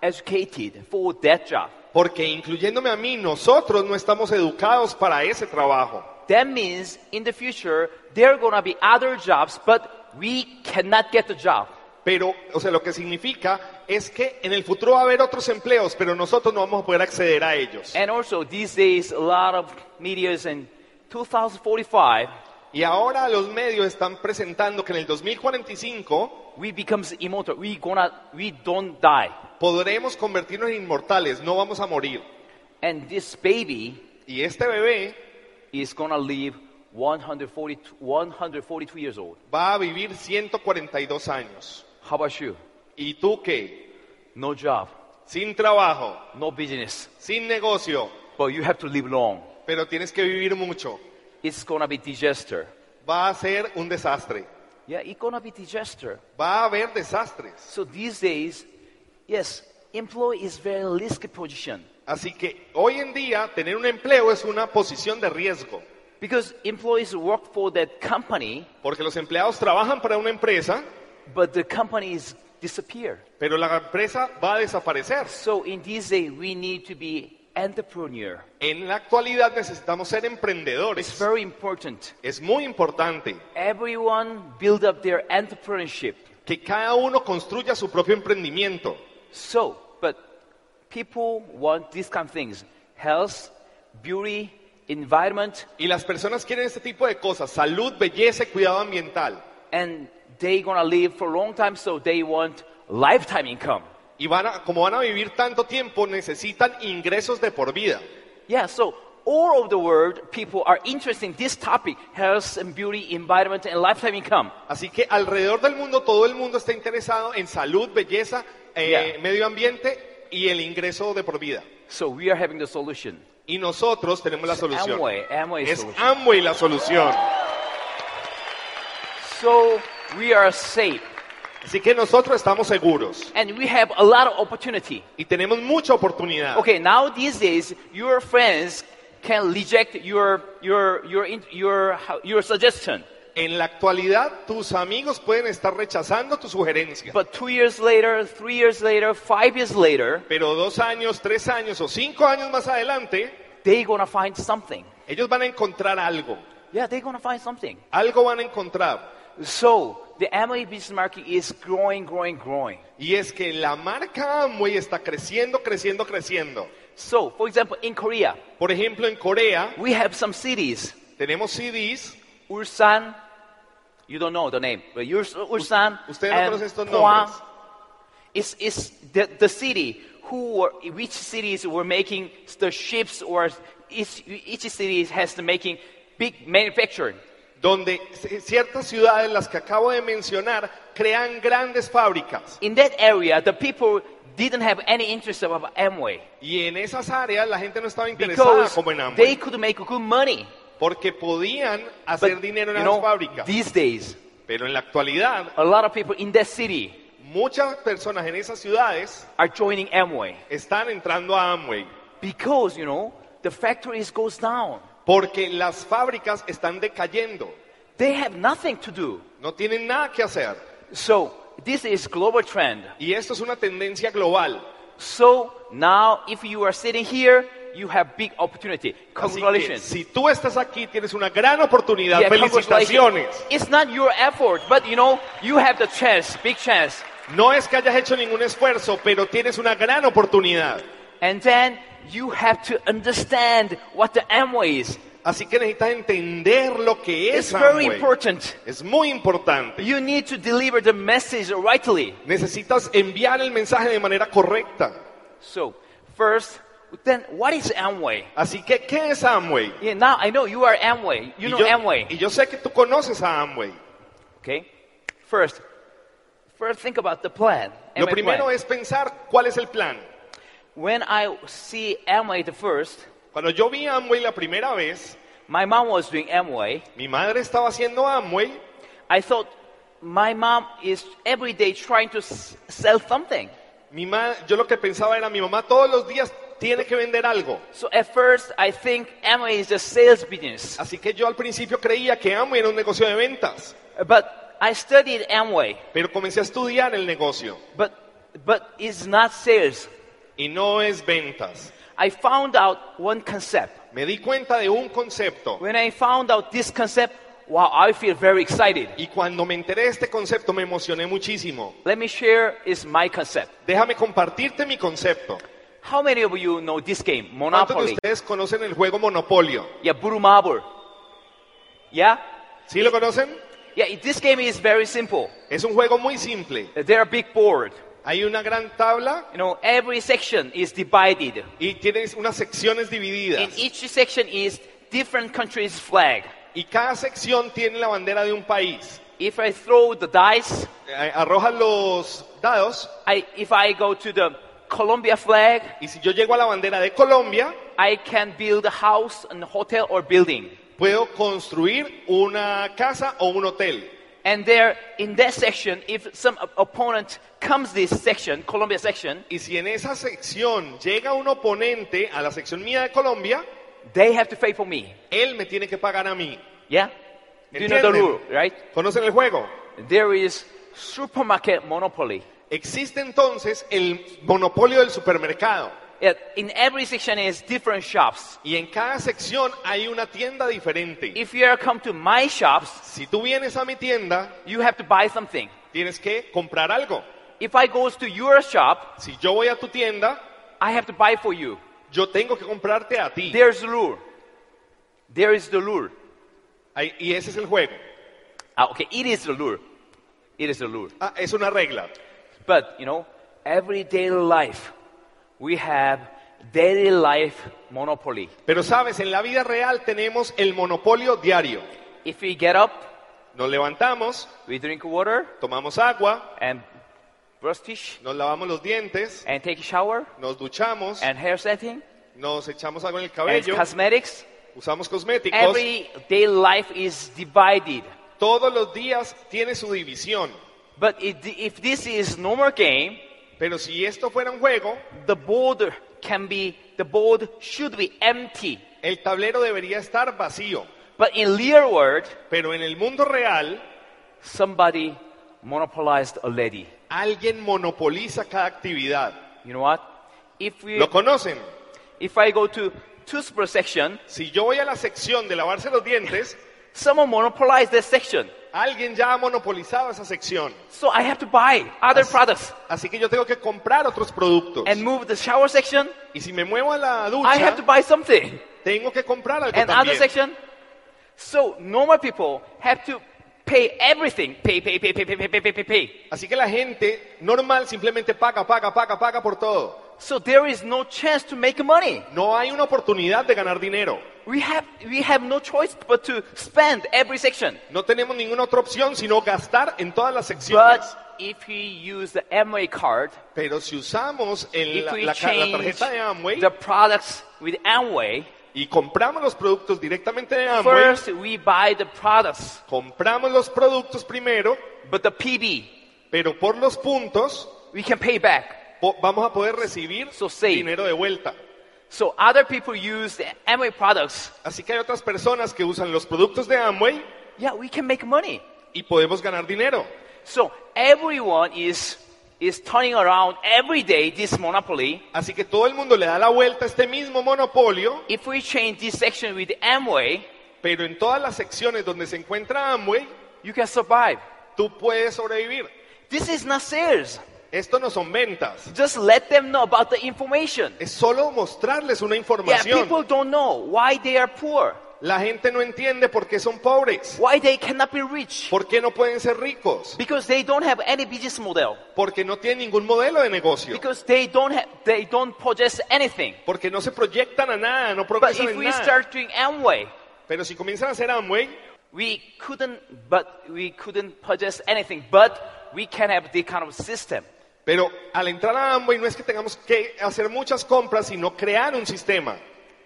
Speaker 1: educated for that job
Speaker 2: Porque incluyéndome a mí, nosotros no estamos educados para ese trabajo.
Speaker 1: that means in the future there are going to be other jobs but we cannot get the job
Speaker 2: Pero, o sea, lo que significa es que en el futuro va a haber otros empleos, pero nosotros no vamos a poder acceder a ellos.
Speaker 1: and also these days a lot of medias in 2045
Speaker 2: Y ahora los medios están presentando que en el 2045
Speaker 1: we becomes immortal we gonna we don't die
Speaker 2: podremos convertirnos en inmortales, no vamos a morir.
Speaker 1: And this baby
Speaker 2: Y este bebé
Speaker 1: is going to live 142, 142 years old.
Speaker 2: va a vivir 142 años.
Speaker 1: How about you?
Speaker 2: ¿Y tú qué?
Speaker 1: No job,
Speaker 2: Sin trabajo,
Speaker 1: no business,
Speaker 2: sin negocio,
Speaker 1: but you have to live long.
Speaker 2: pero tienes que vivir mucho.
Speaker 1: It's going to be disaster.
Speaker 2: Va a ser un desastre.
Speaker 1: Yeah, it's going to be disaster.
Speaker 2: Va a haber desastres.
Speaker 1: So these days, yes, employee is very risky position
Speaker 2: Así que hoy en día tener un empleo es una posición de riesgo.
Speaker 1: because employees work for that company,
Speaker 2: Porque los empleados trabajan para una empresa,
Speaker 1: but the company is disappear.
Speaker 2: pero la empresa va a desaparecer.
Speaker 1: So in these days, we need to be entrepreneur.
Speaker 2: En la actualidad necesitamos ser
Speaker 1: It's
Speaker 2: emprendedores.
Speaker 1: very important.
Speaker 2: Es muy importante
Speaker 1: Everyone build up their entrepreneurship.
Speaker 2: que cada uno construya su propio emprendimiento.
Speaker 1: So, but people want these kind of things health, beauty, environment,
Speaker 2: Y las personas quieren este tipo de cosas, salud, belleza y cuidado ambiental.
Speaker 1: and they gonna live for a long time, so they want lifetime income.
Speaker 2: Y van a- como van a vivir tanto tiempo, necesitan ingresos de por vida.
Speaker 1: Yeah, so all over the world, people are interested in this topic health and beauty, environment, and lifetime income.
Speaker 2: Así que alrededor del mundo, todo el mundo está interesado en salud, belleza, eh,
Speaker 1: Yeah.
Speaker 2: medio ambiente y el ingreso de por vida.
Speaker 1: So we are having the solution.
Speaker 2: Y nosotros tenemos la solución.
Speaker 1: Amway, Amway
Speaker 2: Es
Speaker 1: solution.
Speaker 2: Amway la solución.
Speaker 1: So we are safe,
Speaker 2: Así que nosotros estamos seguros
Speaker 1: and we have a lot of opportunity.
Speaker 2: y tenemos mucha oportunidad.
Speaker 1: Okay, now these days, your friends can reject your your your in- your how- your suggestion.
Speaker 2: En la actualidad, tus amigos pueden estar rechazando tu sugerencia.
Speaker 1: But two years later, three years later, five years later,
Speaker 2: Pero dos años, tres años o cinco años más adelante,
Speaker 1: they're gonna find something.
Speaker 2: ellos van a encontrar algo.
Speaker 1: yeah, they're going to find something.
Speaker 2: Algo van a encontrar.
Speaker 1: So the Amway business market is growing, growing, growing.
Speaker 2: Y es que la marca Amway está creciendo, creciendo, creciendo.
Speaker 1: So, for example, in Korea,
Speaker 2: Por ejemplo, en Corea
Speaker 1: we have some cities.
Speaker 2: tenemos CDs.
Speaker 1: Ulsan, you don't know the name, but Urs- Ulsan
Speaker 2: Usted no conoce
Speaker 1: and
Speaker 2: estos
Speaker 1: Pohang
Speaker 2: nombres.
Speaker 1: is, is the, the city who were, which cities were making the ships or each, each city has the making big manufacturing.
Speaker 2: Donde c- ciertas ciudades, las que acabo de mencionar, crean grandes fábricas.
Speaker 1: In that area, the people didn't have any interest about Amway
Speaker 2: Y en esas áreas la gente no estaba interesada
Speaker 1: because
Speaker 2: como en
Speaker 1: they
Speaker 2: Amway.
Speaker 1: could make good money.
Speaker 2: Porque podían hacer
Speaker 1: But,
Speaker 2: dinero en
Speaker 1: you
Speaker 2: las
Speaker 1: know,
Speaker 2: fábricas.
Speaker 1: these days,
Speaker 2: Pero en la actualidad,
Speaker 1: a lot of people in that city
Speaker 2: muchas personas en esas ciudades
Speaker 1: are joining Amway
Speaker 2: están entrando a Amway.
Speaker 1: because, you know, the factories goes down.
Speaker 2: Porque las fábricas están decayendo.
Speaker 1: They have nothing to do.
Speaker 2: No tienen nada que hacer.
Speaker 1: So this is global trend.
Speaker 2: Y esto es una tendencia global.
Speaker 1: So now if you are sitting here, you have big opportunity.
Speaker 2: Así que,
Speaker 1: Congratulations.
Speaker 2: si tú estás aquí, tienes una gran oportunidad.
Speaker 1: Yeah,
Speaker 2: Felicitaciones.
Speaker 1: congratulations. It's not your effort, but you know, you have the chance, big chance.
Speaker 2: No es que hayas hecho ningún esfuerzo, pero tienes una gran oportunidad.
Speaker 1: And then you have to understand what the Amway is.
Speaker 2: Así que necesitas entender lo que
Speaker 1: It's
Speaker 2: es
Speaker 1: very
Speaker 2: Amway.
Speaker 1: important.
Speaker 2: Es muy importante.
Speaker 1: You need to deliver the message rightly.
Speaker 2: Necesitas enviar el mensaje de manera correcta.
Speaker 1: So first, then what is Amway?
Speaker 2: Así que, ¿qué es Amway?
Speaker 1: Yeah, now I know you are Amway. You
Speaker 2: Y
Speaker 1: know
Speaker 2: yo-
Speaker 1: Amway.
Speaker 2: y yo sé que tú conoces a Amway.
Speaker 1: Okay? First, first think about the plan.
Speaker 2: Lo
Speaker 1: Amway
Speaker 2: primero
Speaker 1: plan.
Speaker 2: es pensar cuál es el plan.
Speaker 1: when I see Amway the first,
Speaker 2: Cuando yo vi Amway la primera vez,
Speaker 1: my mom was doing Amway.
Speaker 2: mi madre estaba haciendo Amway
Speaker 1: I thought my mom is every day trying to s- sell something.
Speaker 2: Mi ma- yo lo que pensaba era mi mamá todos los días tiene que vender algo.
Speaker 1: So at first I think Amway is just sales business.
Speaker 2: Así que yo al principio creía que Amway era un negocio de ventas,
Speaker 1: But I studied Amway,
Speaker 2: pero comencé a estudiar el negocio
Speaker 1: but but it's not sales.
Speaker 2: y no es ventas.
Speaker 1: I found out one concept.
Speaker 2: Me di cuenta de un concepto
Speaker 1: When I found out this concept, wow, I feel very excited.
Speaker 2: y cuando me enteré de este concepto me emocioné muchísimo.
Speaker 1: Let me share is my concept.
Speaker 2: Déjame compartirte mi concepto.
Speaker 1: How many of you know this game,
Speaker 2: ¿Cuántos de
Speaker 1: Monopoly?
Speaker 2: ustedes conocen el juego Monopolio?
Speaker 1: Yeah, Buru Marble. Yeah,
Speaker 2: ¿Sí lo conocen?
Speaker 1: yeah. it- This game is very simple.
Speaker 2: Es un juego muy simple.
Speaker 1: Uh, There are big board.
Speaker 2: Hay una gran tabla
Speaker 1: You know, every section is divided.
Speaker 2: y tienes unas secciones
Speaker 1: In
Speaker 2: divididas
Speaker 1: each section is different country's flag.
Speaker 2: y cada sección tiene la bandera de un país.
Speaker 1: If I throw the dice,
Speaker 2: Eh, arrojas los dados
Speaker 1: I, if I go to the Colombia flag,
Speaker 2: y si yo llego a la bandera de Colombia,
Speaker 1: I can build a house, and hotel, or building.
Speaker 2: puedo construir una casa o un hotel.
Speaker 1: And there, in that section, if some op- opponent comes this section, Colombia section,
Speaker 2: Y si en esa sección llega un oponente a la sección mía de Colombia,
Speaker 1: they have to pay for me.
Speaker 2: él me tiene que pagar a mí.
Speaker 1: Yeah? Do you know the
Speaker 2: Entienden?
Speaker 1: rule, right?
Speaker 2: ¿Conocen el juego?
Speaker 1: There is supermarket monopoly.
Speaker 2: Existe entonces el monopolio del supermercado
Speaker 1: Yeah, In every section is different shops.
Speaker 2: y en cada sección hay una tienda diferente.
Speaker 1: If you are come to my shops,
Speaker 2: Si tú vienes a mi tienda,
Speaker 1: you have to buy something.
Speaker 2: tienes que comprar algo.
Speaker 1: If I goes to your shop,
Speaker 2: Si yo voy a tu tienda,
Speaker 1: I have to buy for you.
Speaker 2: yo tengo que comprarte a ti.
Speaker 1: There's the rule. There is the lure.
Speaker 2: Ahí- Y ese es el juego.
Speaker 1: Ah, okay, it is the lure. It is the lure.
Speaker 2: Ah, es una regla.
Speaker 1: But you know, everyday life, we have daily life monopoly.
Speaker 2: Pero sabes, en la vida real tenemos el monopolio diario.
Speaker 1: If we get up,
Speaker 2: Nos levantamos,
Speaker 1: we drink water
Speaker 2: tomamos agua,
Speaker 1: and brush teeth
Speaker 2: nos lavamos los dientes,
Speaker 1: and take a shower
Speaker 2: nos duchamos,
Speaker 1: and hair setting
Speaker 2: nos echamos algo en el
Speaker 1: and
Speaker 2: cabello,
Speaker 1: cosmetics.
Speaker 2: usamos cosméticos.
Speaker 1: Everyday life is divided.
Speaker 2: Todos los días tiene su división.
Speaker 1: But if, if this is normal game,
Speaker 2: Pero si esto fuera un juego,
Speaker 1: the board can be the board should be empty.
Speaker 2: el tablero debería estar vacío.
Speaker 1: But in real world,
Speaker 2: Pero en el mundo real,
Speaker 1: somebody monopolized already.
Speaker 2: alguien monopoliza cada actividad.
Speaker 1: You know what? If we
Speaker 2: ¿Lo conocen?
Speaker 1: If I go to toothbrush section,
Speaker 2: Si yo voy a la sección de lavarse los dientes,
Speaker 1: Someone monopolized that section.
Speaker 2: Alguien ya ha monopolizado esa sección.
Speaker 1: So I have to buy other products
Speaker 2: Así que yo tengo que comprar otros productos.
Speaker 1: and move the shower section.
Speaker 2: y si me muevo a la ducha,
Speaker 1: I have to buy something.
Speaker 2: tengo que comprar algo
Speaker 1: And other
Speaker 2: también.
Speaker 1: section. So normal people have to pay everything. Pay, pay, pay, pay, pay, pay, pay, pay, pay, pay.
Speaker 2: Así que la gente normal simplemente paga, paga, paga, paga por todo.
Speaker 1: So there is no chance to make money.
Speaker 2: No hay una oportunidad de ganar dinero.
Speaker 1: We have, we have no choice but to spend every section.
Speaker 2: No tenemos ninguna otra opción sino gastar en todas las secciones.
Speaker 1: But if we use the Amway card,
Speaker 2: Pero si usamos el-
Speaker 1: if
Speaker 2: la,
Speaker 1: we
Speaker 2: la ca- la
Speaker 1: change
Speaker 2: tarjeta de Amway
Speaker 1: the products with Amway,
Speaker 2: y compramos los productos directamente de Amway,
Speaker 1: first we buy the products,
Speaker 2: compramos los productos primero,
Speaker 1: but the PB
Speaker 2: pero por los puntos
Speaker 1: we can pay back.
Speaker 2: po- vamos a poder recibir
Speaker 1: So save.
Speaker 2: dinero de vuelta.
Speaker 1: So other people use the Amway products.
Speaker 2: Así que hay otras personas que usan los productos de Amway
Speaker 1: Yeah, we can make money.
Speaker 2: y podemos ganar dinero.
Speaker 1: So everyone is is turning around every day this monopoly.
Speaker 2: Así que todo el mundo le da la vuelta a este mismo monopolio,
Speaker 1: If we change this section with Amway,
Speaker 2: pero en todas las secciones donde se encuentra Amway,
Speaker 1: you can survive.
Speaker 2: tú puedes sobrevivir.
Speaker 1: This is not sales.
Speaker 2: Esto no son ventas,
Speaker 1: Just let them know about the information.
Speaker 2: es solo mostrarles una
Speaker 1: Yeah,
Speaker 2: información.
Speaker 1: people don't know why they are poor,
Speaker 2: La gente no entiende por qué son pobres,
Speaker 1: why they cannot be rich,
Speaker 2: por qué no pueden ser ricos,
Speaker 1: because they don't have any business model,
Speaker 2: porque no tienen ningún modelo de negocio,
Speaker 1: because they don't have, they don't possess anything.
Speaker 2: porque no se proyectan a nada, no
Speaker 1: But
Speaker 2: progresan
Speaker 1: if
Speaker 2: en
Speaker 1: we
Speaker 2: nada.
Speaker 1: start doing Amway,
Speaker 2: Pero si comienzan a hacer Amway,
Speaker 1: we couldn't, but we couldn't possess anything. But we can have the kind of system.
Speaker 2: pero al entrar a Amway no es que tengamos que hacer muchas compras, sino crear un sistema.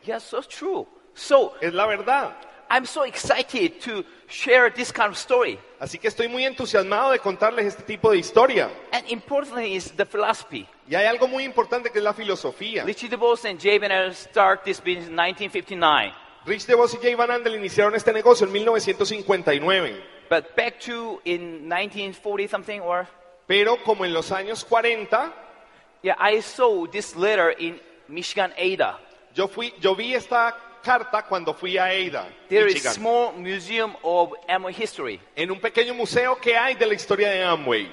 Speaker 1: Yeah, so true. So
Speaker 2: Es la verdad.
Speaker 1: I'm so excited to share this kind of story.
Speaker 2: Así que estoy muy entusiasmado de contarles este tipo de historia.
Speaker 1: And importantly is the philosophy.
Speaker 2: Y hay algo muy importante que es la filosofía.
Speaker 1: Richie DeVos and Jay Benner start this business in 1959.
Speaker 2: Rich DeVos y Jay Van Andel iniciaron este negocio en 1959.
Speaker 1: But back to in 1940 something or
Speaker 2: Pero como en los años 40,
Speaker 1: yeah, I saw this letter in Michigan Ada.
Speaker 2: yo, fui, yo vi esta carta cuando fui a Ada,
Speaker 1: There is
Speaker 2: Michigan,
Speaker 1: small museum of Amway history.
Speaker 2: en un pequeño museo que hay de la historia de Amway.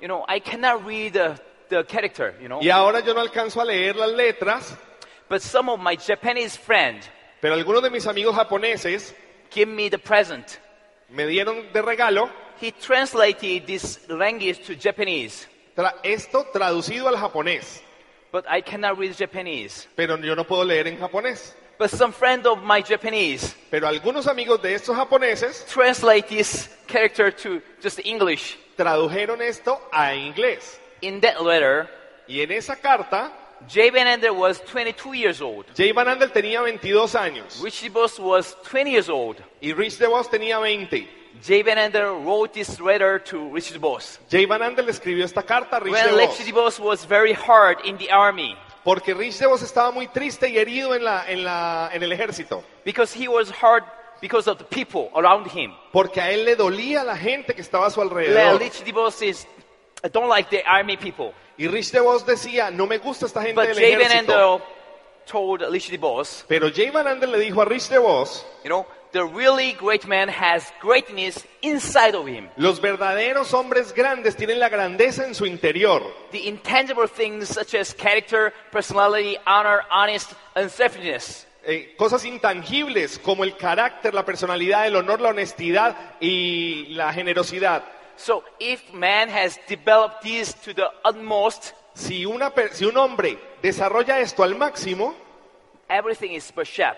Speaker 1: You know, I cannot read the, the character, you know.
Speaker 2: Y ahora yo no alcanzo a leer las letras,
Speaker 1: But some of my Japanese friends
Speaker 2: pero algunos de mis amigos japoneses
Speaker 1: give me the present.
Speaker 2: me dieron de regalo
Speaker 1: He translated this language to Japanese,
Speaker 2: tra- esto traducido al japonés,
Speaker 1: but I cannot read Japanese.
Speaker 2: pero yo no puedo leer en japonés.
Speaker 1: But some friend of my Japanese
Speaker 2: Pero algunos amigos de estos japoneses
Speaker 1: translate this character to just English.
Speaker 2: tradujeron esto a inglés.
Speaker 1: In that letter,
Speaker 2: Y en esa carta,
Speaker 1: Jay Van Ender was 22 years old.
Speaker 2: Jay Van Andel tenía 22 años
Speaker 1: Richie Boss was 20 years old.
Speaker 2: y Rich DeVos tenía 20.
Speaker 1: Jay Van Ender wrote this letter to Richie Boss.
Speaker 2: Jay Van Andel escribió esta carta a Rich
Speaker 1: When
Speaker 2: DeVos
Speaker 1: Richie Boss was very hard in the army
Speaker 2: porque Rich DeVos estaba muy triste y herido en, la, en, la, en el ejército.
Speaker 1: because he was hard because of the people around him.
Speaker 2: Porque a él le dolía la gente que estaba a su
Speaker 1: Well,
Speaker 2: alrededor.
Speaker 1: Richie Boss is, I don't like the army people.
Speaker 2: Y Rich DeVos decía, no me gusta esta gente
Speaker 1: But
Speaker 2: del
Speaker 1: Jay Van
Speaker 2: ejército.
Speaker 1: Ender told Richie Boss,
Speaker 2: Pero Jay Van Andel le dijo a Rich DeVos,
Speaker 1: you know, the really great man has greatness inside of him.
Speaker 2: los verdaderos hombres grandes tienen la grandeza en su interior.
Speaker 1: The intangible things such as character, personality, honor, honest, and selfishness.
Speaker 2: Eh, cosas intangibles como el carácter, la personalidad, el honor, la honestidad y la generosidad.
Speaker 1: So if man has developed these to the utmost,
Speaker 2: Si, una per- si un hombre desarrolla esto al máximo,
Speaker 1: everything is per shop.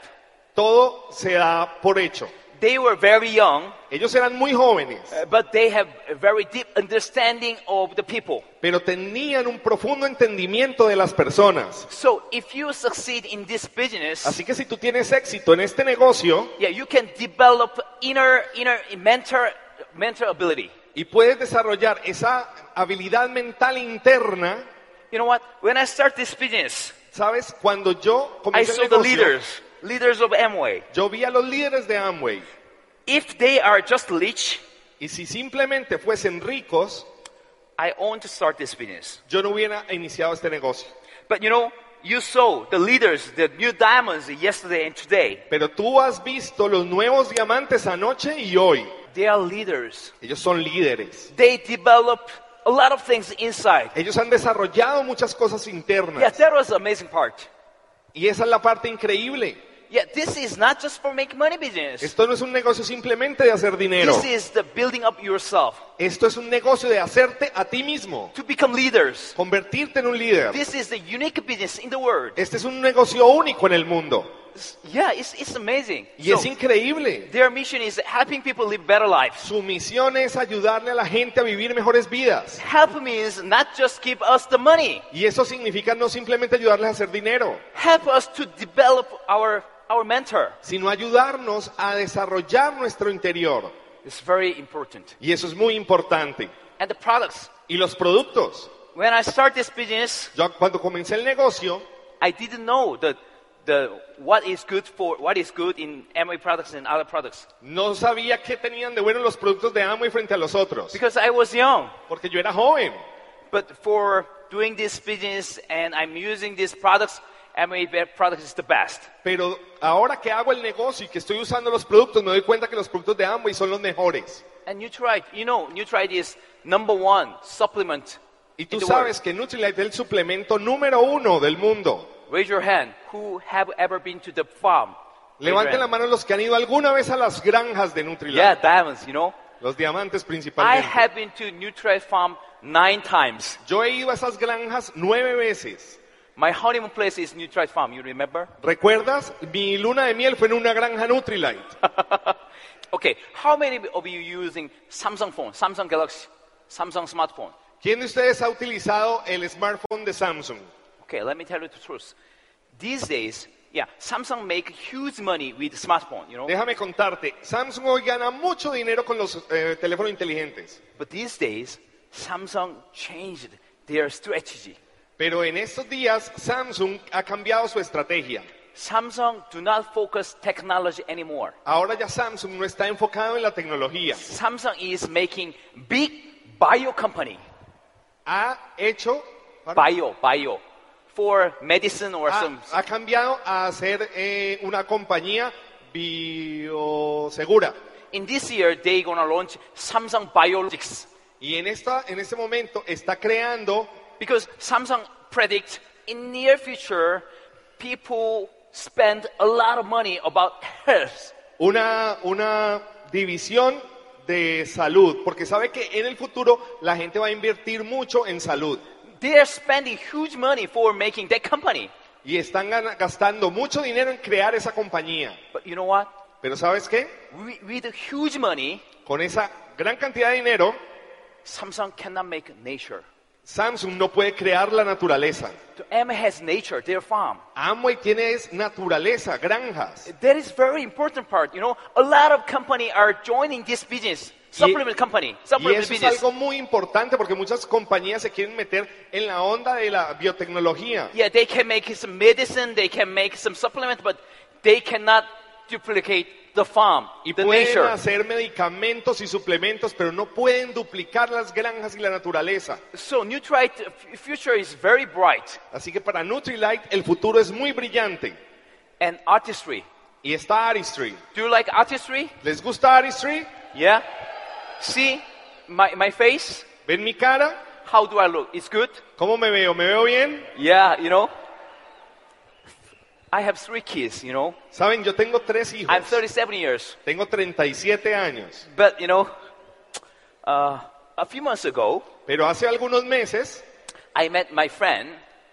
Speaker 2: todo se da por hecho.
Speaker 1: They were very young,
Speaker 2: Ellos eran muy jóvenes,
Speaker 1: uh, but they have a very deep understanding of the people.
Speaker 2: pero tenían un profundo entendimiento de las personas.
Speaker 1: So if you succeed in this business,
Speaker 2: Así que si tú tienes éxito en este negocio
Speaker 1: yeah, you can develop inner inner mentor mentor ability.
Speaker 2: y puedes desarrollar esa habilidad mental interna,
Speaker 1: You know what? When I start this business,
Speaker 2: ¿sabes? Cuando yo
Speaker 1: I
Speaker 2: comencé
Speaker 1: saw
Speaker 2: el
Speaker 1: the
Speaker 2: negocio,
Speaker 1: leaders, leaders of Amway.
Speaker 2: yo vi a los líderes de Amway
Speaker 1: If they are just rich,
Speaker 2: y si simplemente fuesen ricos,
Speaker 1: I want to start this business.
Speaker 2: yo no hubiera iniciado este negocio.
Speaker 1: But you know, you saw the leaders, the new diamonds yesterday and today.
Speaker 2: Pero tú has visto los nuevos diamantes anoche y hoy.
Speaker 1: They are leaders.
Speaker 2: Ellos son líderes.
Speaker 1: They develop a lot of things inside.
Speaker 2: Ellos han desarrollado muchas cosas internas.
Speaker 1: Yeah, that was the amazing part.
Speaker 2: Y esa es la parte increíble.
Speaker 1: Yeah, this is not just for make money business.
Speaker 2: Esto no es un negocio simplemente de hacer dinero.
Speaker 1: This is the building up yourself
Speaker 2: Esto es un negocio de hacerte a ti mismo.
Speaker 1: to become leaders.
Speaker 2: Convertirte en un líder.
Speaker 1: This is the unique business in the world.
Speaker 2: Este es un negocio único en el mundo.
Speaker 1: Yeah, it's, it's amazing.
Speaker 2: Y es
Speaker 1: So,
Speaker 2: increíble.
Speaker 1: their mission is helping people live better lives.
Speaker 2: Su misión es ayudarle a la gente a vivir mejores vidas.
Speaker 1: Help means not just give us the money.
Speaker 2: Y eso significa no simplemente ayudarles a hacer dinero,
Speaker 1: Help us to develop our our mentor.
Speaker 2: sino ayudarnos a desarrollar nuestro interior.
Speaker 1: It's very important.
Speaker 2: Y eso es muy importante.
Speaker 1: And the products.
Speaker 2: Y los productos.
Speaker 1: When I start this business,
Speaker 2: Yo cuando comencé el negocio,
Speaker 1: I didn't know the the what is good for what is good in Amway products and other products
Speaker 2: no sabía qué tenían de bueno los productos de Amway frente a los otros.
Speaker 1: because I was young.
Speaker 2: Porque yo era joven.
Speaker 1: But for doing this business and I'm using these products, Amway be- products is the best.
Speaker 2: Pero ahora que hago el negocio y que estoy usando los productos, me doy cuenta que los productos de Amway son los mejores.
Speaker 1: And Nutrite, you know, Nutrite is number one supplement.
Speaker 2: Y tú
Speaker 1: in the
Speaker 2: sabes que Nutrilite es el suplemento número uno del mundo.
Speaker 1: world. Raise your hand. Who have ever been to the farm? Raise your
Speaker 2: Levanten la
Speaker 1: hand.
Speaker 2: mano los que han ido alguna vez a las granjas de Nutrilite.
Speaker 1: Yeah, diamonds. You know,
Speaker 2: Los diamantes
Speaker 1: I
Speaker 2: principalmente.
Speaker 1: have been to Nutrite farm nine times.
Speaker 2: Yo he ido a esas granjas nueve veces.
Speaker 1: My honeymoon place is Nutrite farm. You remember? [LAUGHS]
Speaker 2: ¿Recuerdas? Mi luna de miel fue en una granja Nutrilite.
Speaker 1: okay. How many of you using Samsung phone, Samsung Galaxy, Samsung smartphone?
Speaker 2: ¿Quién de ustedes ha utilizado el smartphone de Samsung?
Speaker 1: Okay, let me tell you the truth. These days, yeah, Samsung make huge money with smartphone, you know.
Speaker 2: Déjame contarte, Samsung hoy gana mucho dinero con los eh, teléfonos inteligentes.
Speaker 1: But these days, Samsung changed their strategy.
Speaker 2: Pero en estos días Samsung ha cambiado su estrategia.
Speaker 1: Samsung do not focus technology anymore.
Speaker 2: Ahora ya Samsung no está enfocado en la tecnología.
Speaker 1: Samsung is making big bio company,
Speaker 2: Ha hecho,
Speaker 1: bio, bio, for medicine or
Speaker 2: ha,
Speaker 1: some.
Speaker 2: ha cambiado a hacer eh, una compañía biosegura.
Speaker 1: In this year, they gonna launch Samsung Biologics
Speaker 2: Y en, esta, en este momento está creando,
Speaker 1: because Samsung predict in near future, people spend a lot of money about health.
Speaker 2: una, una división de salud, porque sabe que en el futuro la gente va a invertir mucho en salud
Speaker 1: They are spending huge money for making that company.
Speaker 2: y están gana- gastando mucho dinero en crear esa compañía.
Speaker 1: But you know what?
Speaker 2: Pero ¿sabes qué?
Speaker 1: Wi- With the huge money,
Speaker 2: Con esa gran cantidad de dinero,
Speaker 1: Samsung cannot make nature.
Speaker 2: Samsung no puede crear la naturaleza.
Speaker 1: So Emma has nature, their farm.
Speaker 2: Amway tiene es naturaleza, granjas.
Speaker 1: That is very important part. You know, a lot of company are joining this business, supplement company,
Speaker 2: Y
Speaker 1: supplement
Speaker 2: eso es
Speaker 1: business.
Speaker 2: algo muy importante porque muchas compañías se quieren meter en la onda de la biotecnología.
Speaker 1: Yeah, they can make some medicine, they can make some supplement, but they cannot duplicate the farm,
Speaker 2: Y
Speaker 1: the
Speaker 2: pueden
Speaker 1: nature.
Speaker 2: hacer medicamentos y suplementos, pero no pueden duplicar las granjas y la naturaleza.
Speaker 1: So Nutrite f- future is very bright,
Speaker 2: Así que para Nutrilite el futuro es muy brillante.
Speaker 1: and artistry.
Speaker 2: Y está Artistry.
Speaker 1: Do you like artistry?
Speaker 2: ¿Les gusta Artistry?
Speaker 1: Yeah. See my, my face?
Speaker 2: ¿Ven mi cara?
Speaker 1: How do I look? It's good?
Speaker 2: ¿Cómo me veo? ¿Me veo bien?
Speaker 1: Yeah, you know. I have three kids, you know.
Speaker 2: Saben, yo tengo tres hijos.
Speaker 1: I'm 37 years.
Speaker 2: Tengo 37 años.
Speaker 1: But, you know, uh, a few months ago,
Speaker 2: Pero hace algunos meses
Speaker 1: I met my friend.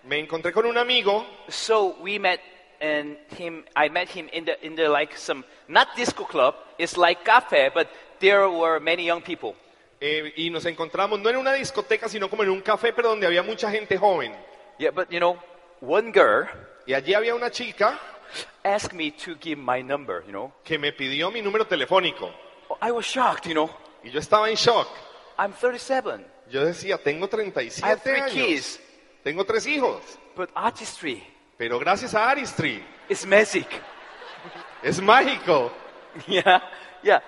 Speaker 2: me encontré con un amigo
Speaker 1: So we met and him, I met him in the, in the like some, not disco club, it's like cafe, but there were many young people.
Speaker 2: eh, y nos encontramos no en una discoteca, sino como en un café, pero donde había mucha gente joven.
Speaker 1: Yeah, but you know, one girl
Speaker 2: Y allí había una chica
Speaker 1: asked me to give my number, you know.
Speaker 2: que me pidió mi número telefónico.
Speaker 1: I was shocked, you know.
Speaker 2: Y yo estaba en shock.
Speaker 1: I'm 37.
Speaker 2: Yo decía, tengo
Speaker 1: I have
Speaker 2: 37
Speaker 1: three
Speaker 2: años.
Speaker 1: kids,
Speaker 2: Tengo tres hijos.
Speaker 1: but artistry
Speaker 2: Pero gracias a Aristry,
Speaker 1: is magic. [LAUGHS]
Speaker 2: es mágico.
Speaker 1: Yeah, yeah.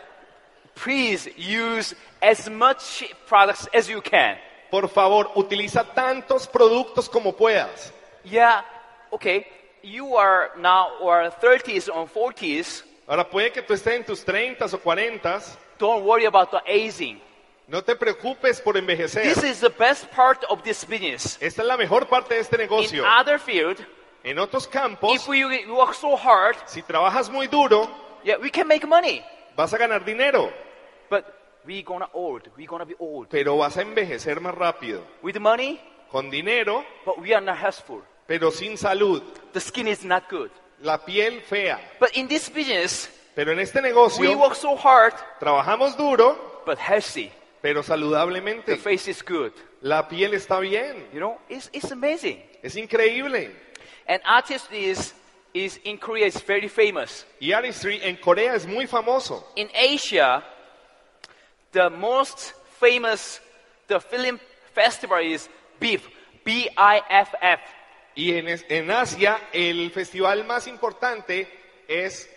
Speaker 1: Please use as much products as you can.
Speaker 2: Por favor, utiliza tantos productos como puedas.
Speaker 1: Yeah, okay, you are now or 30s or 40s.
Speaker 2: Ahora puede que tú estés en tus 30 o 40,
Speaker 1: Don't worry about the aging.
Speaker 2: no te preocupes por envejecer.
Speaker 1: This is the best part of this business.
Speaker 2: Esta es la mejor parte de este
Speaker 1: In
Speaker 2: negocio.
Speaker 1: other field,
Speaker 2: En otros campos,
Speaker 1: if we work so hard,
Speaker 2: si trabajas muy duro,
Speaker 1: yeah, we can make money.
Speaker 2: vas a ganar dinero,
Speaker 1: But we gonna old. we gonna be old.
Speaker 2: pero vas a envejecer más rápido.
Speaker 1: With money,
Speaker 2: Con dinero,
Speaker 1: but we are not healthful.
Speaker 2: pero sin salud.
Speaker 1: The skin is not good.
Speaker 2: La piel fea.
Speaker 1: But in this business,
Speaker 2: Pero en este
Speaker 1: we
Speaker 2: negocio
Speaker 1: work so hard,
Speaker 2: trabajamos duro,
Speaker 1: but healthy.
Speaker 2: pero
Speaker 1: The
Speaker 2: saludablemente.
Speaker 1: face is good.
Speaker 2: La piel está bien.
Speaker 1: You know, it's, it's amazing.
Speaker 2: Es increíble.
Speaker 1: An artist is, is in Korea is very famous.
Speaker 2: Y artistry en Corea es muy famoso.
Speaker 1: In Asia, the most famous the film festival is BIFF, B-I-F-F.
Speaker 2: Y en, es- en Asia el festival más importante es,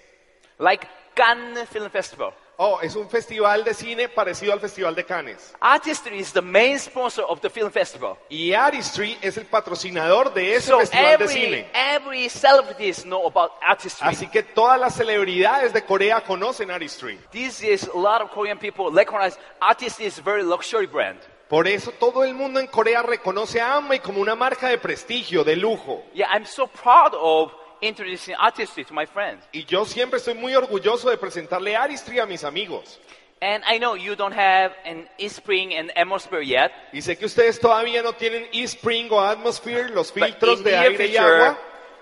Speaker 1: Like Cannes Film Festival.
Speaker 2: oh, es un festival de cine parecido al Festival de Cannes.
Speaker 1: Artistry is the main sponsor of the film festival.
Speaker 2: Y artistry es el patrocinador de ese
Speaker 1: So
Speaker 2: festival de
Speaker 1: every,
Speaker 2: cine.
Speaker 1: every celebrities know about artistry.
Speaker 2: Así que todas las celebridades de Corea conocen artistry.
Speaker 1: These is a lot of Korean people recognize artistry is very luxury brand.
Speaker 2: Por eso todo el mundo en Corea reconoce a Amway como una marca de prestigio, de lujo.
Speaker 1: Yeah, I'm so proud of introducing artistry to my friends.
Speaker 2: Y yo siempre estoy muy orgulloso de presentarle artistry a mis amigos.
Speaker 1: And I know you don't have an eSpring and Atmosphere yet,
Speaker 2: Y sé que ustedes todavía no tienen eSpring o Atmosphere, los
Speaker 1: but
Speaker 2: filtros
Speaker 1: in
Speaker 2: de
Speaker 1: the near
Speaker 2: aire y
Speaker 1: future,
Speaker 2: agua,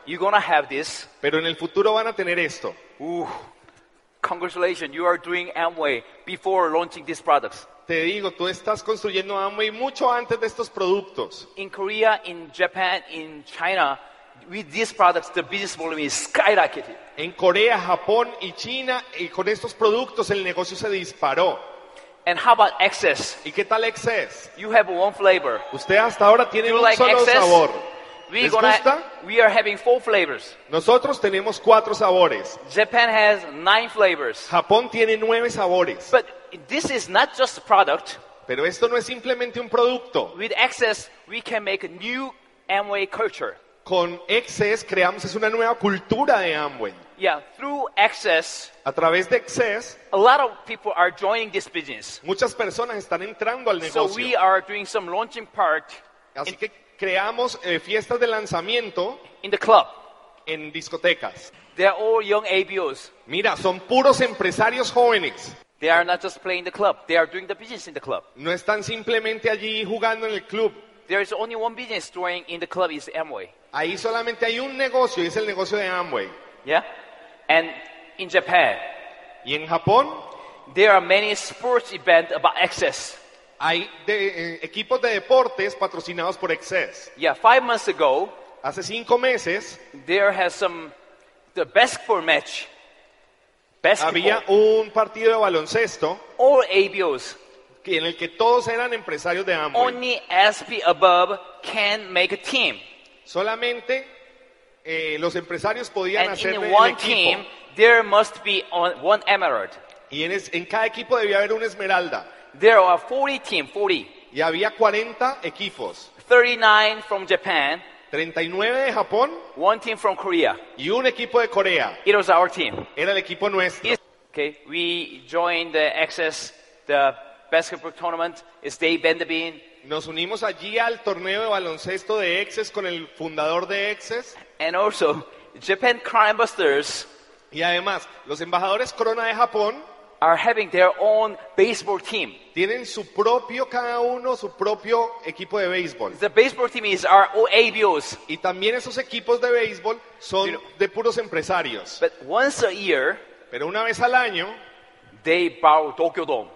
Speaker 1: you're gonna have this.
Speaker 2: pero en el futuro van a tener esto.
Speaker 1: Ooh, congratulations, you are doing Amway before launching these products.
Speaker 2: Te digo, tú estás construyendo Amway mucho antes de estos productos.
Speaker 1: In Korea, in Japan, in China, with these products, the business volume is skyrocketed.
Speaker 2: En Corea, Japón y China, y con estos productos el negocio se disparó.
Speaker 1: And how about access?
Speaker 2: ¿Y qué tal Excess?
Speaker 1: You have one flavor.
Speaker 2: Usted hasta ahora tiene
Speaker 1: You
Speaker 2: un
Speaker 1: like
Speaker 2: solo
Speaker 1: Excess?
Speaker 2: sabor.
Speaker 1: We
Speaker 2: ¿Les
Speaker 1: gonna
Speaker 2: gusta?
Speaker 1: we are having four flavors.
Speaker 2: Nosotros tenemos cuatro sabores.
Speaker 1: Japan has nine flavors.
Speaker 2: Japón tiene nueve sabores.
Speaker 1: But this is not just a product.
Speaker 2: Pero esto no es simplemente un producto.
Speaker 1: With access, we can make a new Amway culture.
Speaker 2: Con Excess creamos es una nueva cultura de Amway.
Speaker 1: Yeah, through access,
Speaker 2: A través de Excess,
Speaker 1: a lot of people are joining this business.
Speaker 2: muchas personas están entrando al
Speaker 1: So we
Speaker 2: negocio.
Speaker 1: are doing some launching part
Speaker 2: Así que creamos eh, fiestas de lanzamiento
Speaker 1: in the club.
Speaker 2: en discotecas.
Speaker 1: They're all young ABOs.
Speaker 2: Mira, son puros empresarios jóvenes.
Speaker 1: They are not just playing the club. They are doing the business in the club.
Speaker 2: No están simplemente allí jugando en el club.
Speaker 1: There is only one business doing in the club is Amway.
Speaker 2: Ahí solamente hay un negocio y es el negocio de Amway.
Speaker 1: Yeah? And in Japan,
Speaker 2: Y en Japón
Speaker 1: there are many sports events about access.
Speaker 2: hay de- eh, equipos de deportes patrocinados por Excess.
Speaker 1: Yeah, five months ago,
Speaker 2: Hace cinco meses
Speaker 1: there has some the basketball match. Basketball.
Speaker 2: había un partido de baloncesto
Speaker 1: All ABOs,
Speaker 2: que- en el que todos eran empresarios de Amway.
Speaker 1: only SP above can make a team.
Speaker 2: Solamente eh, los empresarios podían
Speaker 1: And
Speaker 2: hacer
Speaker 1: in
Speaker 2: el
Speaker 1: one
Speaker 2: equipo.
Speaker 1: team, there must be on, one emerald.
Speaker 2: Y en, es- en cada equipo debía haber una esmeralda.
Speaker 1: There are 40 team, 40.
Speaker 2: Y había 40 equipos.
Speaker 1: 39 from Japan,
Speaker 2: 39 de Japón
Speaker 1: one team from Korea.
Speaker 2: y un equipo de Corea.
Speaker 1: It was our team.
Speaker 2: Era el equipo nuestro.
Speaker 1: Okay, we joined the access the basketball tournament. It's Dave Benderbin,
Speaker 2: Nos unimos allí al torneo de baloncesto de Exes con el fundador de Exes.
Speaker 1: and also Japan Crime Busters
Speaker 2: Y además, los embajadores Corona de Japón
Speaker 1: are having their own baseball team.
Speaker 2: tienen su propio, cada uno, su propio equipo de béisbol.
Speaker 1: The baseball team is our ABOs,
Speaker 2: Y también esos equipos de béisbol son
Speaker 1: Pero-
Speaker 2: de puros empresarios.
Speaker 1: but once a year
Speaker 2: Pero una vez al año
Speaker 1: they borrow Tokyo Dome.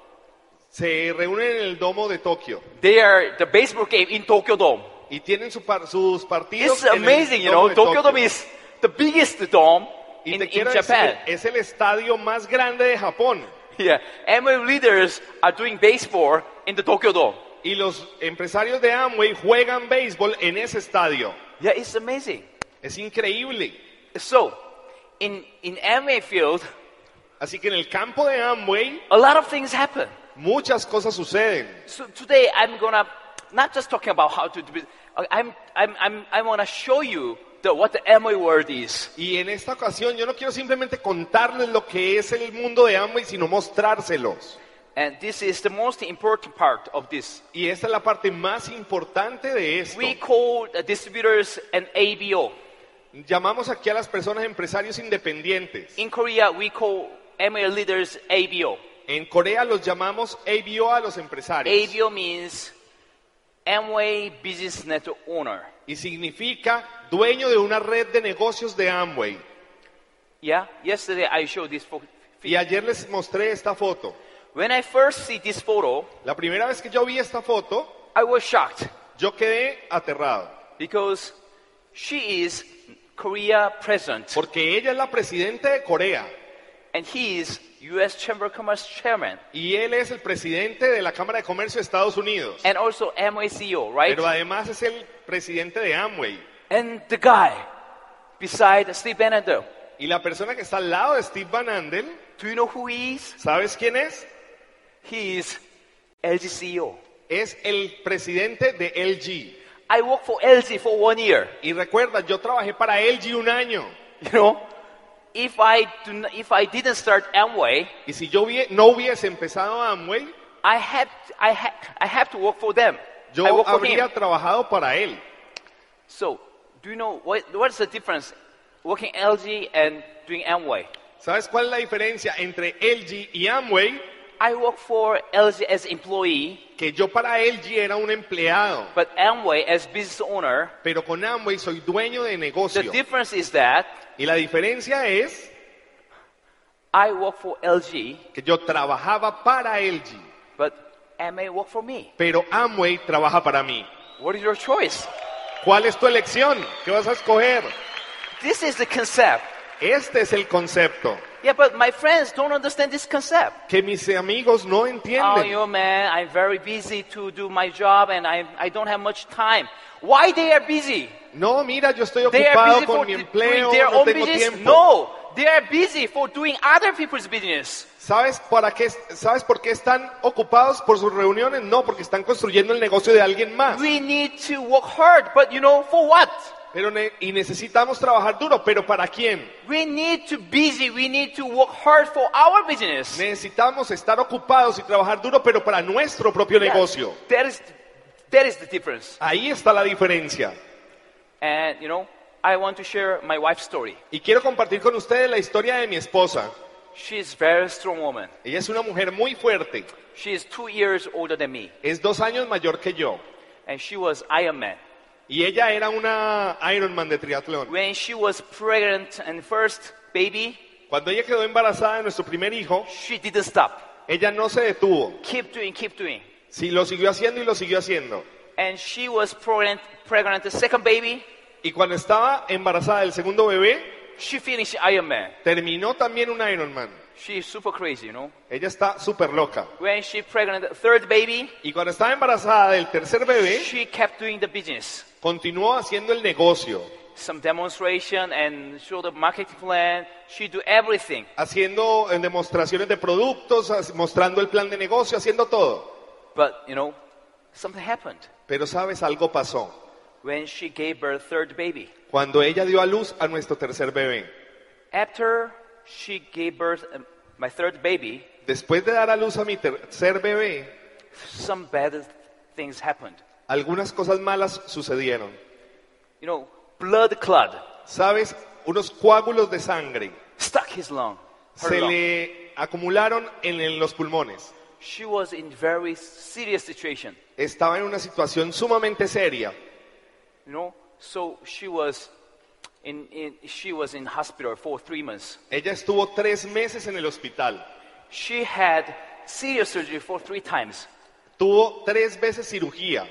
Speaker 2: se reúnen en el domo de Tokio
Speaker 1: They are the baseball game in Tokyo Dome.
Speaker 2: y tienen su par- sus partidos.
Speaker 1: It's
Speaker 2: en el
Speaker 1: amazing, you know.
Speaker 2: domo de
Speaker 1: Tokyo Dome is the biggest dome
Speaker 2: y
Speaker 1: in,
Speaker 2: te
Speaker 1: in
Speaker 2: quiero
Speaker 1: Japan.
Speaker 2: decir, es el estadio más grande de Japón.
Speaker 1: [LAUGHS] Yeah, Amway leaders are doing baseball in the Tokyo Dome.
Speaker 2: Y los empresarios de Amway juegan béisbol en ese estadio.
Speaker 1: Yeah, it's amazing.
Speaker 2: Es increíble.
Speaker 1: So, in in Amway field,
Speaker 2: Así que en el campo de Amway
Speaker 1: a lot of things happen.
Speaker 2: muchas cosas suceden.
Speaker 1: So today I'm gonna not just talking about how to do it. I'm I'm I'm I wanna show you the, what the Amway world is.
Speaker 2: Y en esta ocasión yo no quiero simplemente contarles lo que es el mundo de Amway, sino mostrárselos.
Speaker 1: And this is the most important part of this.
Speaker 2: Y esta es la parte más importante de esto.
Speaker 1: We call the distributors an ABO.
Speaker 2: Llamamos aquí a las personas empresarios independientes.
Speaker 1: In Korea, we call Amway leaders ABO.
Speaker 2: En Corea los llamamos ABO a los empresarios.
Speaker 1: ABO means Amway Business Network Owner.
Speaker 2: Y significa dueño de una red de negocios de Amway.
Speaker 1: Yeah, yesterday I showed this photo.
Speaker 2: Y ayer les mostré esta foto.
Speaker 1: When I first see this photo,
Speaker 2: La primera vez que yo vi esta foto,
Speaker 1: I was shocked
Speaker 2: yo quedé aterrado.
Speaker 1: because she is Korea president
Speaker 2: Porque ella es la presidenta de Corea.
Speaker 1: and he is U.S. Chamber of Commerce chairman
Speaker 2: Y él es el presidente de la Cámara de Comercio de Estados Unidos.
Speaker 1: and also Amway CEO, E right?
Speaker 2: Pero además es el presidente de Amway.
Speaker 1: And the guy beside Steve Bannon,
Speaker 2: Y la persona que está al lado de Steve Van Andel,
Speaker 1: do you know who he is?
Speaker 2: ¿sabes quién es?
Speaker 1: He is LG CEO.
Speaker 2: Es el presidente de LG.
Speaker 1: I worked for LG for one year.
Speaker 2: Y recuerda, yo trabajé para LG un año.
Speaker 1: [LAUGHS] You know, if I do not, if I didn't start Amway,
Speaker 2: Y si yo hubie- no hubiese empezado Amway,
Speaker 1: I have I ha- I have to work for them. I
Speaker 2: yo
Speaker 1: work for
Speaker 2: habría
Speaker 1: him.
Speaker 2: trabajado para él.
Speaker 1: So, do you know what what's the difference working LG and doing Amway?
Speaker 2: ¿Sabes cuál es la diferencia entre LG y Amway?
Speaker 1: I work for LG as employee,
Speaker 2: Que yo para LG era un empleado,
Speaker 1: but Amway as business owner.
Speaker 2: pero con Amway soy dueño de
Speaker 1: The
Speaker 2: negocio.
Speaker 1: difference is that
Speaker 2: Y la diferencia es
Speaker 1: I work for LG,
Speaker 2: que yo trabajaba para LG,
Speaker 1: but MA work for me.
Speaker 2: pero Amway trabaja para mí.
Speaker 1: What is your choice?
Speaker 2: ¿Cuál es tu elección? ¿Qué vas a escoger?
Speaker 1: This is the concept.
Speaker 2: Este es el concepto
Speaker 1: Yeah, but my friends don't understand this concept.
Speaker 2: que mis amigos no
Speaker 1: Oh,
Speaker 2: entienden.
Speaker 1: you man, I'm very busy to do my job and I, I don't have much time. Why they are busy?
Speaker 2: No, mira, yo estoy
Speaker 1: They are
Speaker 2: ocupado
Speaker 1: busy for
Speaker 2: con mi
Speaker 1: d- doing
Speaker 2: empleo,
Speaker 1: their
Speaker 2: no
Speaker 1: own
Speaker 2: tengo
Speaker 1: business?
Speaker 2: tiempo.
Speaker 1: No, they are busy for doing other people's business.
Speaker 2: ¿Sabes, para qué, ¿Sabes por qué están ocupados por sus reuniones? No, porque están construyendo el negocio de alguien más.
Speaker 1: We need to work hard, but you know, for what?
Speaker 2: Pero ne- y necesitamos trabajar duro, pero ¿para quién?
Speaker 1: We need to busy, we need to work hard for our business.
Speaker 2: Necesitamos estar ocupados y trabajar duro, pero para nuestro propio
Speaker 1: Yeah,
Speaker 2: negocio.
Speaker 1: That is, that is the difference.
Speaker 2: Ahí está la diferencia.
Speaker 1: And you know, I want to share my wife's story.
Speaker 2: Y quiero compartir con ustedes la historia de mi esposa.
Speaker 1: She's a very strong woman.
Speaker 2: Ella es una mujer muy fuerte.
Speaker 1: She is two years older than me,
Speaker 2: Es dos años mayor que yo.
Speaker 1: and she was Iron Man.
Speaker 2: Y ella era una Ironman de triatlón.
Speaker 1: When she was pregnant and first baby,
Speaker 2: Cuando ella quedó embarazada de nuestro primer hijo,
Speaker 1: she didn't stop.
Speaker 2: ella no se detuvo.
Speaker 1: Keep doing, keep doing.
Speaker 2: Sí, lo siguió haciendo y lo siguió haciendo.
Speaker 1: And she was pregnant, pregnant the second baby.
Speaker 2: Y cuando estaba embarazada del segundo bebé,
Speaker 1: She finished Iron Man.
Speaker 2: terminó también un Ironman.
Speaker 1: She's super crazy, you know.
Speaker 2: Ella está súper loca.
Speaker 1: When she pregnant the third baby,
Speaker 2: Y cuando estaba embarazada del tercer bebé,
Speaker 1: she kept doing the business.
Speaker 2: continuó haciendo el negocio,
Speaker 1: Some demonstration and show the marketing plan. She do everything.
Speaker 2: haciendo eh, demostraciones de productos, as- mostrando el plan de negocio, haciendo todo.
Speaker 1: But you know, something happened
Speaker 2: Pero sabes, algo pasó.
Speaker 1: when she gave birth third baby.
Speaker 2: Cuando ella dio a luz a nuestro tercer bebé,
Speaker 1: After she gave birth um, my third baby,
Speaker 2: después de dar a luz a mi tercer bebé,
Speaker 1: some bad things happened.
Speaker 2: algunas cosas malas sucedieron.
Speaker 1: You know, blood clot
Speaker 2: Sabes, unos coágulos de sangre
Speaker 1: stuck his lung. Her
Speaker 2: se
Speaker 1: lung.
Speaker 2: le acumularon en, en los pulmones.
Speaker 1: She was in very serious situation.
Speaker 2: Estaba en una situación sumamente seria.
Speaker 1: You know, so she was in, in she was in hospital for three months.
Speaker 2: Ella estuvo tres meses en el hospital.
Speaker 1: She had serious surgery for three times.
Speaker 2: Tuvo tres veces cirugía.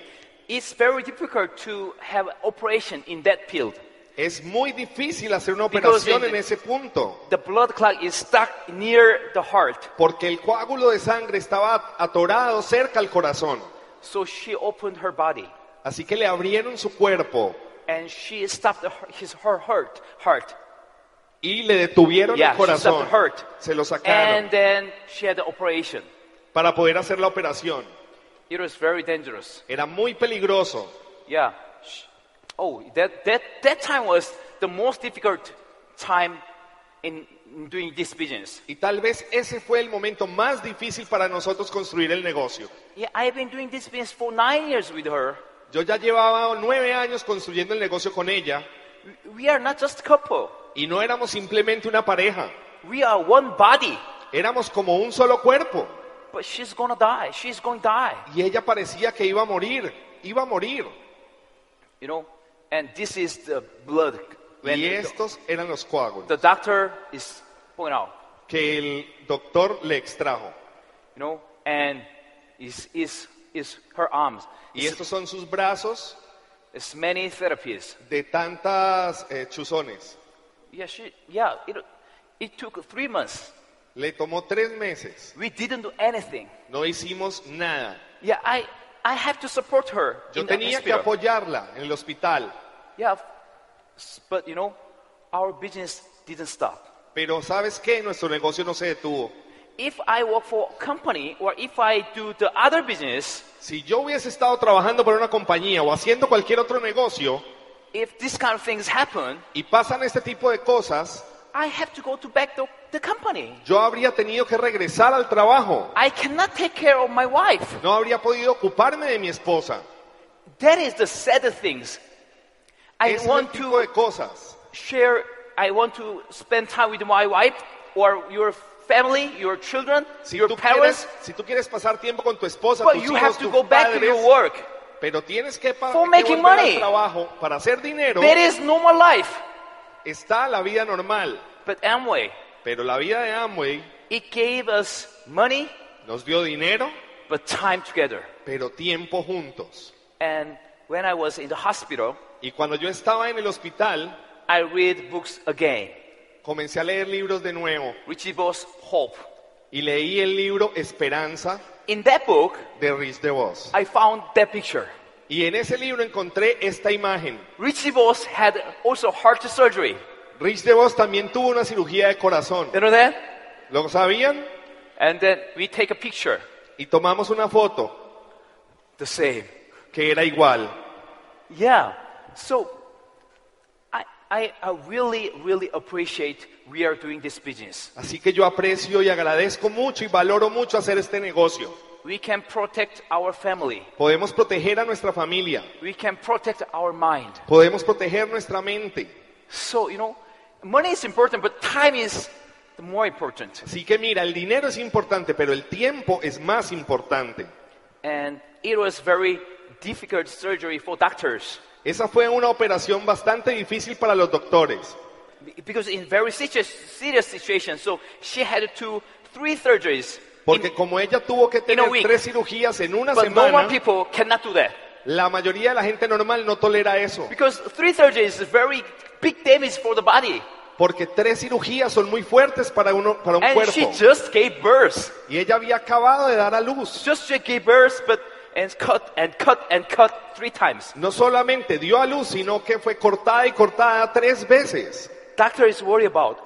Speaker 1: It's very difficult to have operation in that field.
Speaker 2: Es muy difícil hacer una
Speaker 1: Because
Speaker 2: operación
Speaker 1: it-
Speaker 2: en ese punto,
Speaker 1: The blood clot is stuck near the heart.
Speaker 2: porque el coágulo de sangre estaba atorado cerca al corazón.
Speaker 1: So she opened her body
Speaker 2: Así que le abrieron su cuerpo
Speaker 1: and she stopped the, his her heart heart.
Speaker 2: y le detuvieron
Speaker 1: Yeah,
Speaker 2: el
Speaker 1: she stopped
Speaker 2: corazón.
Speaker 1: the heart.
Speaker 2: Se lo sacaron
Speaker 1: And then she had the operation.
Speaker 2: para poder hacer la operación.
Speaker 1: It was very dangerous.
Speaker 2: Era muy peligroso.
Speaker 1: Yeah. She, Oh, that, that, that time was the most difficult time in in doing this business.
Speaker 2: Y tal vez ese fue el momento más difícil para nosotros construir el negocio.
Speaker 1: Yeah, I've been doing this business for nine years with her.
Speaker 2: Yo ya llevaba nueve años construyendo el negocio con ella
Speaker 1: We are not just a couple.
Speaker 2: y no éramos simplemente una pareja,
Speaker 1: We are one body.
Speaker 2: éramos como un solo cuerpo.
Speaker 1: But she's gonna die. She's going to die.
Speaker 2: Y ella parecía que iba a morir, iba a morir.
Speaker 1: You know? And this is the blood. When
Speaker 2: Y
Speaker 1: the,
Speaker 2: estos eran los coágulos
Speaker 1: the doctor is point out,
Speaker 2: que el doctor le extrajo.
Speaker 1: you know, and is is is her arms.
Speaker 2: Y estos son sus brazos
Speaker 1: It's many therapies.
Speaker 2: de tantas eh, chuzones.
Speaker 1: Yeah, she yeah, it it took three months.
Speaker 2: Le tomó tres meses.
Speaker 1: We didn't do anything.
Speaker 2: No hicimos nada.
Speaker 1: Yeah, I I have to support her.
Speaker 2: Yo
Speaker 1: in the
Speaker 2: tenía que
Speaker 1: hospital.
Speaker 2: apoyarla en el hospital.
Speaker 1: Yeah, s- but you know, our business didn't stop.
Speaker 2: Pero ¿sabes qué? Nuestro negocio no se detuvo.
Speaker 1: If I work for a company or if I do the other business,
Speaker 2: Si yo hubiese estado trabajando para una compañía o haciendo cualquier otro negocio
Speaker 1: if this kind of things happen,
Speaker 2: y pasan este tipo de cosas,
Speaker 1: I have to go to back the, the company.
Speaker 2: yo habría tenido que regresar al trabajo.
Speaker 1: I cannot take care of my wife.
Speaker 2: No habría podido ocuparme de mi esposa.
Speaker 1: That is the sad things. I
Speaker 2: Ese es el
Speaker 1: want
Speaker 2: tipo de
Speaker 1: to
Speaker 2: cosas.
Speaker 1: share, I want to spend time with my wife or your family, your children,
Speaker 2: Si
Speaker 1: your
Speaker 2: tú, quieres,
Speaker 1: parents,
Speaker 2: si tú quieres pasar tiempo con tu esposa,
Speaker 1: but
Speaker 2: tus
Speaker 1: you
Speaker 2: hijos,
Speaker 1: have to
Speaker 2: tus
Speaker 1: go back to
Speaker 2: padres,
Speaker 1: your work.
Speaker 2: pero tienes que, pa-
Speaker 1: For
Speaker 2: que
Speaker 1: making
Speaker 2: volver al
Speaker 1: money.
Speaker 2: trabajo para hacer dinero.
Speaker 1: That is normal life.
Speaker 2: Está la vida normal,
Speaker 1: But Amway,
Speaker 2: pero la vida de Amway
Speaker 1: It gave us money,
Speaker 2: nos dio dinero,
Speaker 1: but time together.
Speaker 2: pero tiempo juntos.
Speaker 1: And when I was in the hospital,
Speaker 2: Y cuando yo estaba en el hospital,
Speaker 1: I read books again.
Speaker 2: Comencé a leer libros de nuevo
Speaker 1: Richie Boss Hope.
Speaker 2: y leí el libro Esperanza
Speaker 1: In that book,
Speaker 2: de Rich DeVos.
Speaker 1: I found that picture.
Speaker 2: Y en ese libro encontré esta imagen.
Speaker 1: Richie Boss had also heart surgery.
Speaker 2: Rich DeVos también tuvo una cirugía de corazón.
Speaker 1: You know that?
Speaker 2: ¿Lo sabían?
Speaker 1: And then we take a picture.
Speaker 2: Y tomamos una foto
Speaker 1: The same.
Speaker 2: que era igual.
Speaker 1: Yeah. So I, I, I really, really appreciate we are doing this business.
Speaker 2: Así que yo aprecio y agradezco mucho y valoro mucho hacer este negocio.
Speaker 1: We can protect our family.
Speaker 2: Podemos proteger a nuestra familia,
Speaker 1: We can protect our mind.
Speaker 2: podemos proteger nuestra mente.
Speaker 1: So, you know, money is important, but time is the more important.
Speaker 2: Así que mira, el dinero es importante, pero el tiempo es más importante.
Speaker 1: And it was very difficult surgery for doctors
Speaker 2: Esa fue una operación bastante difícil para los doctores.
Speaker 1: be- because in very serious, serious situation, so she had to three surgeries.
Speaker 2: Porque como ella tuvo que tener
Speaker 1: a week.
Speaker 2: tres cirugías en una
Speaker 1: But normal
Speaker 2: semana,
Speaker 1: people cannot do that
Speaker 2: la mayoría de la gente normal no tolera eso.
Speaker 1: because three surgeries is very big damage for the body.
Speaker 2: Porque tres cirugías son muy fuertes para, uno, para un
Speaker 1: And she
Speaker 2: cuerpo.
Speaker 1: just gave birth.
Speaker 2: Y ella había acabado de dar a luz.
Speaker 1: Just she gave birth, but and cut and cut and cut three times.
Speaker 2: No solamente dio a luz, sino que fue cortada y cortada tres veces.
Speaker 1: Doctor is worried about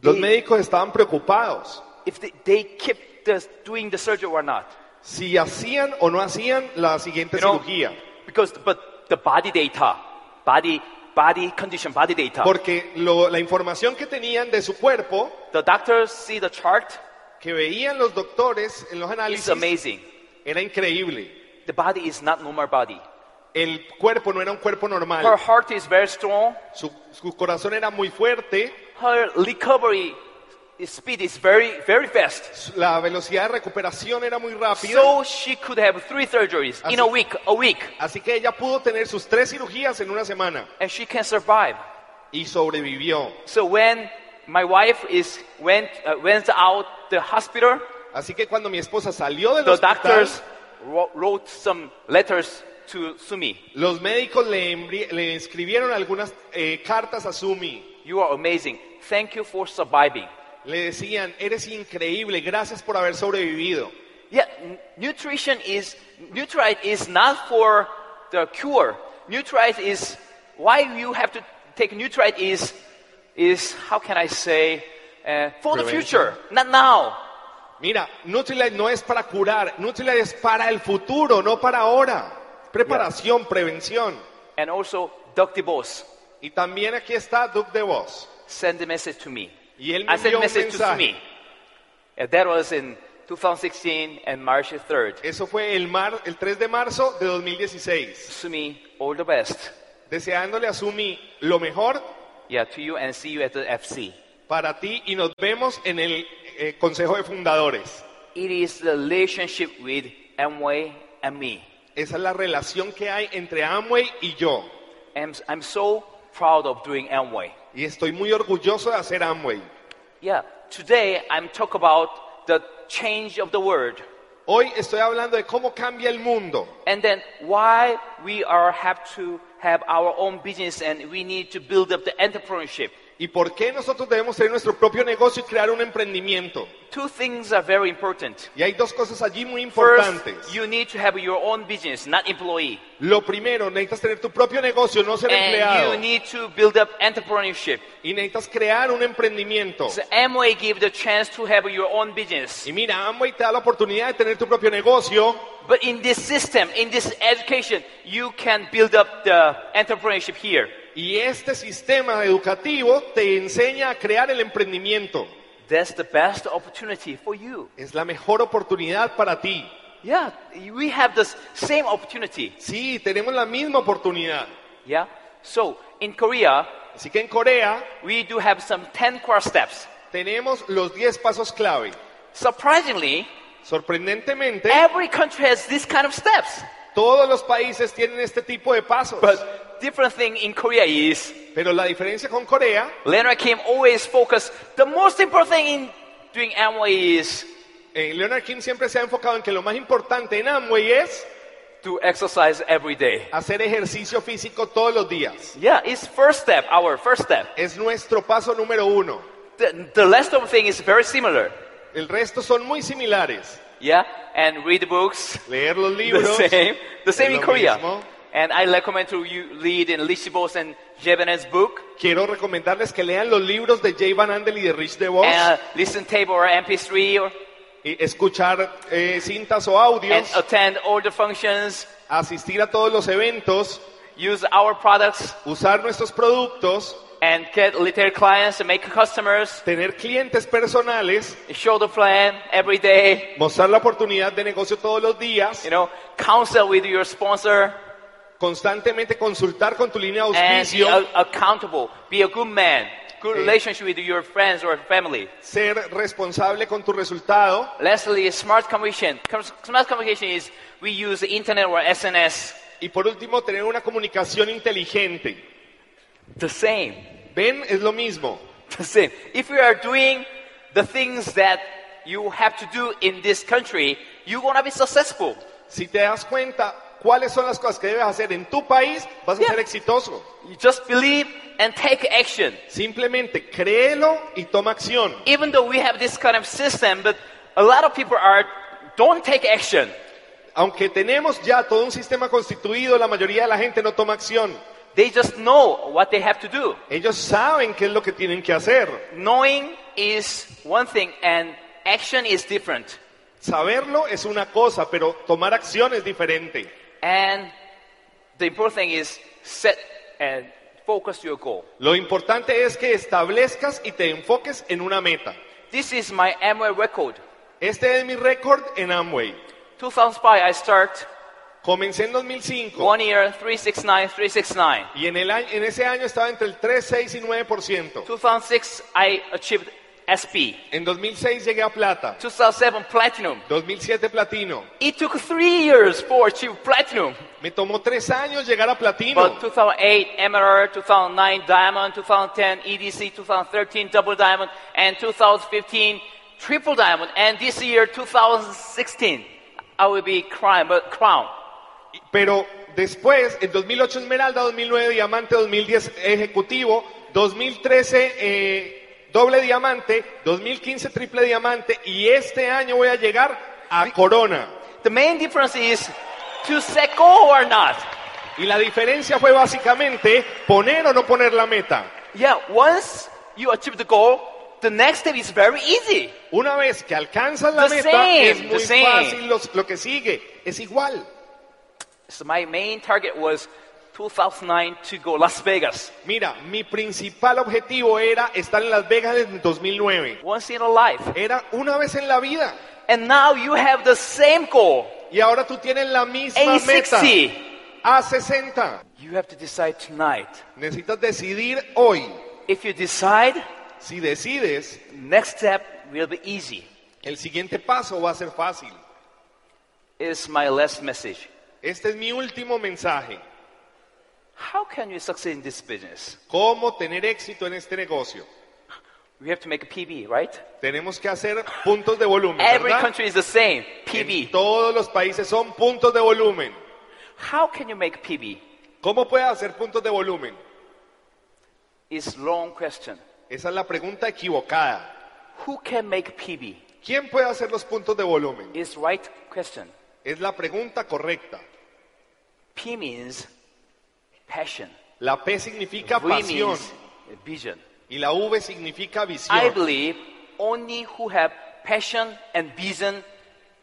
Speaker 2: Los
Speaker 1: Sí.
Speaker 2: médicos estaban preocupados
Speaker 1: if they, they keep the, doing the surgery or not.
Speaker 2: si hacían o no hacían la siguiente
Speaker 1: You know,
Speaker 2: cirugía.
Speaker 1: Because but the body data, body body condition, body data.
Speaker 2: Porque lo- la información que tenían de su cuerpo,
Speaker 1: the doctors see the chart.
Speaker 2: que veían los doctores en los
Speaker 1: It's
Speaker 2: análisis,
Speaker 1: amazing.
Speaker 2: era increíble.
Speaker 1: The body is not normal body.
Speaker 2: El cuerpo no era un cuerpo normal.
Speaker 1: Her heart is very strong.
Speaker 2: Su, su corazón era muy fuerte,
Speaker 1: Her recovery speed is very very fast.
Speaker 2: su- la velocidad de recuperación era muy rápida,
Speaker 1: So she could have three surgeries in a
Speaker 2: Así-
Speaker 1: week, a week,
Speaker 2: así que ella pudo tener sus tres cirugías en una semana
Speaker 1: and she can survive.
Speaker 2: y sobrevivió.
Speaker 1: So when my wife is went uh, went out the hospital,
Speaker 2: Así que cuando mi esposa salió del
Speaker 1: the
Speaker 2: hospital,
Speaker 1: doctors wro- wrote some letters to Sumi.
Speaker 2: los médicos le, envi- le escribieron algunas eh, cartas a Sumi.
Speaker 1: You are amazing. Thank you for surviving.
Speaker 2: Le decían, eres increíble, gracias por haber sobrevivido.
Speaker 1: Yeah, n- nutrition is nutrite is not for the cure. Nutrite is why you have to take nutrite is is how can I say uh, for the
Speaker 2: Prevention.
Speaker 1: future, not now.
Speaker 2: Mira, Nutrilite no es para curar, Nutrilite es para el futuro, no para ahora. Preparación, prevención.
Speaker 1: and also Doug DeBose
Speaker 2: Y también aquí está Duke DeVos.
Speaker 1: sent the message to me.
Speaker 2: Y él me
Speaker 1: I sent
Speaker 2: envió un
Speaker 1: message to
Speaker 2: mensaje.
Speaker 1: me. And that was in 2016 and March 3rd.
Speaker 2: Eso fue el, mar, el 3 de marzo de 2016.
Speaker 1: Sumi, all the best.
Speaker 2: Deseándole a Sumi lo mejor
Speaker 1: Yeah, to you and see you at the FC.
Speaker 2: para ti y nos vemos en el eh, Consejo de Fundadores.
Speaker 1: It is the relationship with Amway and me.
Speaker 2: Esa es la relación que hay entre Amway y yo.
Speaker 1: And I'm so proud of doing Amway.
Speaker 2: Y estoy muy orgulloso de hacer Amway.
Speaker 1: Yeah, today I'm talk about the change of the word
Speaker 2: Hoy estoy hablando de cómo cambia el mundo
Speaker 1: and then why we are have to have our own business and we need to build up the entrepreneurship.
Speaker 2: y por qué nosotros debemos tener nuestro propio negocio y crear un emprendimiento.
Speaker 1: Two things are very important.
Speaker 2: Y hay dos cosas allí muy
Speaker 1: First,
Speaker 2: importantes.
Speaker 1: you need to have your own business, not employee.
Speaker 2: Lo primero, necesitas tener tu propio negocio, no ser
Speaker 1: And
Speaker 2: empleado.
Speaker 1: Eh, you need to build up entrepreneurship.
Speaker 2: Y necesitas crear un emprendimiento.
Speaker 1: So Amway give the chance to have your own business.
Speaker 2: Y mira, Amway te da la oportunidad de tener tu propio negocio,
Speaker 1: But in this system, in this education, you can build up the entrepreneurship here.
Speaker 2: Y este sistema educativo te enseña a crear el emprendimiento.
Speaker 1: That's the best opportunity for you.
Speaker 2: Es la mejor oportunidad para ti.
Speaker 1: Yeah, we have the s- same opportunity.
Speaker 2: Sí, tenemos la misma oportunidad.
Speaker 1: Yeah. So in Korea,
Speaker 2: Así que en Corea
Speaker 1: we do have some 10 core steps.
Speaker 2: tenemos los 10 pasos clave.
Speaker 1: Surprisingly,
Speaker 2: Sorprendentemente,
Speaker 1: every country has this kind of steps.
Speaker 2: todos los países tienen este tipo de pasos.
Speaker 1: But different thing in Korea is
Speaker 2: Pero la diferencia con Corea,
Speaker 1: Leonard Kim always focus. The most important thing in doing Amway is
Speaker 2: eh, Leonard King siempre se ha enfocado en que lo más importante en Amway es
Speaker 1: to exercise every day.
Speaker 2: hacer ejercicio físico todos los días.
Speaker 1: Yeah, it's first step, our first step.
Speaker 2: Es nuestro paso número uno.
Speaker 1: The, the last of thing is very similar.
Speaker 2: El resto son muy similares.
Speaker 1: Yeah, and read books.
Speaker 2: Leer los libros.
Speaker 1: [LAUGHS] The same, the same in
Speaker 2: lo
Speaker 1: Korea.
Speaker 2: mismo.
Speaker 1: And I recommend to you read in Lishibo's and Jebanet's book
Speaker 2: Quiero recomendarles que lean los libros de Jay Van Andel y de Rich DeVos
Speaker 1: and uh, listen tape or MP3 or,
Speaker 2: y escuchar eh, cintas o audios,
Speaker 1: and attend all the functions.
Speaker 2: asistir a todos los eventos,
Speaker 1: Use our products
Speaker 2: usar nuestros productos,
Speaker 1: and get little clients and make customers.
Speaker 2: tener clientes personales,
Speaker 1: Show the plan every day.
Speaker 2: mostrar la oportunidad de negocio todos los días,
Speaker 1: You know, counsel with your sponsor
Speaker 2: constantemente consultar con tu línea
Speaker 1: and
Speaker 2: de
Speaker 1: be
Speaker 2: auspicio,
Speaker 1: a- accountable. Be a good man. Good
Speaker 2: Eh.
Speaker 1: relationship with your friends or family.
Speaker 2: ser responsable con tu resultado
Speaker 1: Lastly, is smart communication. Com- Smart communication is we use the internet or SNS
Speaker 2: y por último tener una comunicación inteligente.
Speaker 1: the same. [LAUGHS]
Speaker 2: Ven, es lo mismo.
Speaker 1: The same. If you are doing the things that you have to do in this country, you're gonna be successful.
Speaker 2: Si te das cuenta cuáles son las cosas que debes hacer en tu país, vas a
Speaker 1: Yeah.
Speaker 2: ser exitoso.
Speaker 1: You just believe and take action.
Speaker 2: Simplemente créelo y toma acción.
Speaker 1: Even though we have this kind of system, but a lot of people are don't take action.
Speaker 2: Aunque tenemos ya todo un sistema constituido, la mayoría de la gente no toma acción.
Speaker 1: They just know what they have to do.
Speaker 2: Ellos saben qué es lo que tienen que hacer.
Speaker 1: Knowing is one thing and action is different.
Speaker 2: Saberlo es una cosa, pero tomar acción es diferente.
Speaker 1: And the important thing is set and focus your goal.
Speaker 2: Lo importante es que establezcas y te enfoques en una meta.
Speaker 1: This is my Amway record.
Speaker 2: Este es mi récord en Amway.
Speaker 1: 2005, I start
Speaker 2: Comencé en 2005
Speaker 1: one year 369, 369.
Speaker 2: y en, el año- en ese año estaba entre el 3, 6 y 9%.
Speaker 1: 2006, I achieved SP.
Speaker 2: En 2006 llegué a plata,
Speaker 1: 2007, platinum.
Speaker 2: 2007 platino.
Speaker 1: It took three years for achieve platinum.
Speaker 2: Me tomó tres años llegar a platino.
Speaker 1: But 2008, emerald, 2009, diamond, 2010, EDC, 2013, double diamond, and 2015, triple diamond. And this year, 2016, I will be crowned. But crowned.
Speaker 2: Pero después, en 2008 esmeralda, 2009 diamante, 2010 ejecutivo, 2013 eh, doble diamante, 2015 triple diamante y este año voy a llegar a corona.
Speaker 1: The main difference is to set goal or not.
Speaker 2: Y la diferencia fue básicamente poner o no poner la meta.
Speaker 1: Yeah, once you achieve the goal, the next step is very easy.
Speaker 2: Una vez que alcanzas la
Speaker 1: The
Speaker 2: meta,
Speaker 1: same,
Speaker 2: es muy
Speaker 1: the same.
Speaker 2: fácil los- lo que sigue. Es igual.
Speaker 1: So my main target was 2009 to go Las Vegas.
Speaker 2: Mira, mi principal objetivo era estar en Las Vegas en 2009.
Speaker 1: Once in a life.
Speaker 2: Era una vez en la vida.
Speaker 1: And now you have the same goal.
Speaker 2: Y ahora tú tienes la misma meta.
Speaker 1: A60.
Speaker 2: A60.
Speaker 1: You have to decide tonight.
Speaker 2: Necesitas decidir hoy.
Speaker 1: If you decide,
Speaker 2: Si decides,
Speaker 1: next step will be easy.
Speaker 2: el siguiente paso va a ser fácil.
Speaker 1: Is my last message.
Speaker 2: Este es mi último mensaje.
Speaker 1: How can you succeed in this business?
Speaker 2: ¿Cómo tener éxito en este negocio?
Speaker 1: We have to make a PB, right?
Speaker 2: Tenemos que hacer puntos de volumen.
Speaker 1: Every
Speaker 2: ¿verdad?
Speaker 1: country is the same.
Speaker 2: En
Speaker 1: PB.
Speaker 2: todos los países son puntos de volumen.
Speaker 1: How can you make PB?
Speaker 2: ¿Cómo puedes hacer puntos de volumen?
Speaker 1: Is long question.
Speaker 2: Esa es la pregunta equivocada.
Speaker 1: Who can make PB?
Speaker 2: ¿Quién puede hacer los puntos de volumen?
Speaker 1: Is right question.
Speaker 2: Es la pregunta correcta.
Speaker 1: P means passion.
Speaker 2: La P significa
Speaker 1: V
Speaker 2: pasión
Speaker 1: means vision.
Speaker 2: y la V significa
Speaker 1: I
Speaker 2: visión.
Speaker 1: believe only who have passion and vision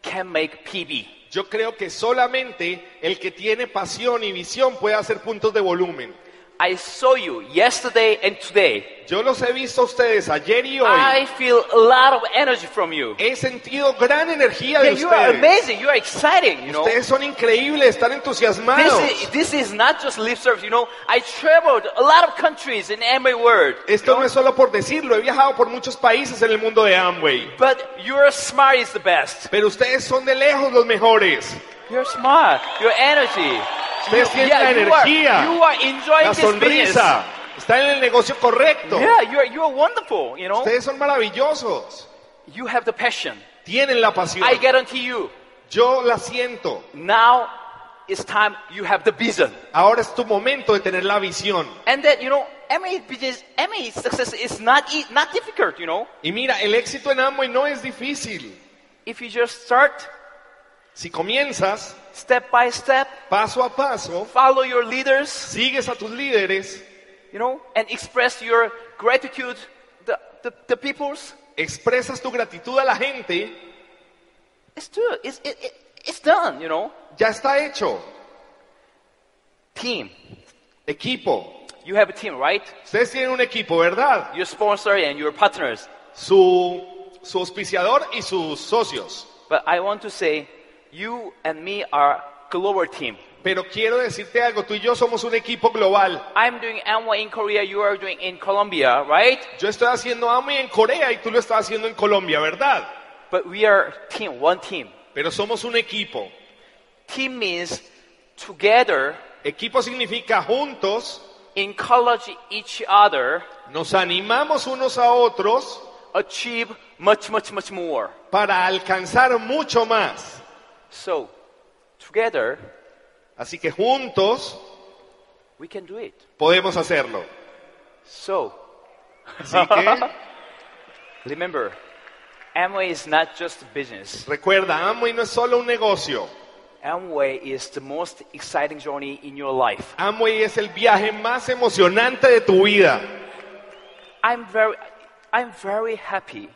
Speaker 1: can make PB.
Speaker 2: Yo creo que solamente el que tiene pasión y visión puede hacer puntos de volumen.
Speaker 1: I saw you yesterday and today.
Speaker 2: Yo los he visto a ustedes ayer y
Speaker 1: I
Speaker 2: hoy.
Speaker 1: feel a lot of energy from you.
Speaker 2: He sentido gran energía
Speaker 1: Yeah,
Speaker 2: de
Speaker 1: you are
Speaker 2: ustedes.
Speaker 1: amazing. You are exciting. You know.
Speaker 2: Ustedes son increíbles, están entusiasmados.
Speaker 1: This is, this is not just lip service, you know. I traveled a lot of countries in every world.
Speaker 2: Esto no es solo por decirlo, he viajado por muchos países en el mundo de Amway.
Speaker 1: But you're smart is the best.
Speaker 2: Pero ustedes son de lejos los mejores.
Speaker 1: You're smart. Your energy.
Speaker 2: Ustedes tienen la
Speaker 1: you, are, you
Speaker 2: energía,
Speaker 1: are enjoying
Speaker 2: la
Speaker 1: this business.
Speaker 2: sonrisa. Están en el negocio correcto.
Speaker 1: Yeah, you are, you are wonderful, you know.
Speaker 2: Ustedes son maravillosos.
Speaker 1: You have the passion.
Speaker 2: Tienen la pasión.
Speaker 1: I guarantee you.
Speaker 2: Yo la siento.
Speaker 1: Now it's time you have the vision.
Speaker 2: Ahora es tu momento de tener la visión.
Speaker 1: And that, you know, MA business, MA success is not, e- not difficult, you know.
Speaker 2: Y mira, el éxito en Amway no es difícil.
Speaker 1: If you just start
Speaker 2: Si comienzas
Speaker 1: step by step,
Speaker 2: paso a paso,
Speaker 1: follow your leaders,
Speaker 2: sigues a tus líderes,
Speaker 1: you know, and express your gratitude the, the, the peoples,
Speaker 2: expresas tu gratitud a la gente,
Speaker 1: it's, do, it's, it, it, it's done, you know.
Speaker 2: ya está hecho.
Speaker 1: Team.
Speaker 2: Equipo.
Speaker 1: You have a team, right?
Speaker 2: Ustedes tienen un equipo, ¿verdad?
Speaker 1: Your sponsor and your partners.
Speaker 2: Su, su auspiciador y sus socios.
Speaker 1: But I want to say, you and me are global team.
Speaker 2: Pero quiero decirte algo, tú y yo somos un equipo global.
Speaker 1: I'm doing M1 in Korea, you are doing in Colombia, right?
Speaker 2: Yo estoy haciendo AMI en Corea y tú lo estás haciendo en Colombia, ¿verdad?
Speaker 1: But we are team, one team.
Speaker 2: Pero somos un equipo.
Speaker 1: Team means together,
Speaker 2: Equipo significa juntos,
Speaker 1: encourage each other,
Speaker 2: nos animamos unos a otros
Speaker 1: achieve much, much, much more.
Speaker 2: para alcanzar mucho más.
Speaker 1: So, together,
Speaker 2: Así que juntos
Speaker 1: we can do it.
Speaker 2: podemos hacerlo.
Speaker 1: So,
Speaker 2: Así que
Speaker 1: remember, Amway is not just business.
Speaker 2: recuerda, Amway no es solo un negocio.
Speaker 1: Amway is the most exciting journey in your life.
Speaker 2: Amway es el viaje más emocionante de tu vida.
Speaker 1: I'm very, I'm very happy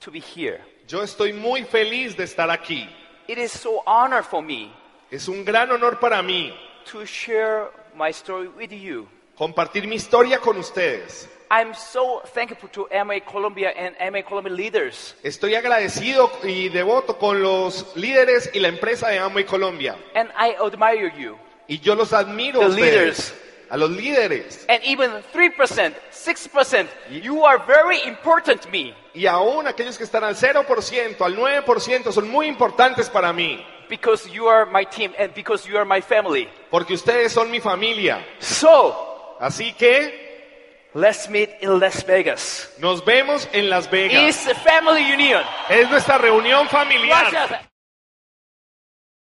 Speaker 1: to be here.
Speaker 2: Yo estoy muy feliz de estar aquí.
Speaker 1: It is so honor for me
Speaker 2: Es un gran honor para mí
Speaker 1: to share my story with you.
Speaker 2: compartir mi historia con ustedes.
Speaker 1: I'm so thankful to MA Colombia and MA Colombia leaders
Speaker 2: Estoy agradecido y devoto con los líderes y la empresa de Amway Colombia.
Speaker 1: and I admire you.
Speaker 2: Y yo los admiro a
Speaker 1: The
Speaker 2: ustedes,
Speaker 1: leaders.
Speaker 2: a los líderes.
Speaker 1: And even 3%, 6%, you are very important to me
Speaker 2: Y aún aquellos que están al 0%, al 9%, son muy importantes para mí.
Speaker 1: because you are my team and because you are my family.
Speaker 2: Porque ustedes son mi familia.
Speaker 1: So,
Speaker 2: Así que
Speaker 1: let's meet in Las Vegas.
Speaker 2: nos vemos en Las Vegas.
Speaker 1: It's a family union.
Speaker 2: Es nuestra reunión familiar.
Speaker 1: Russia.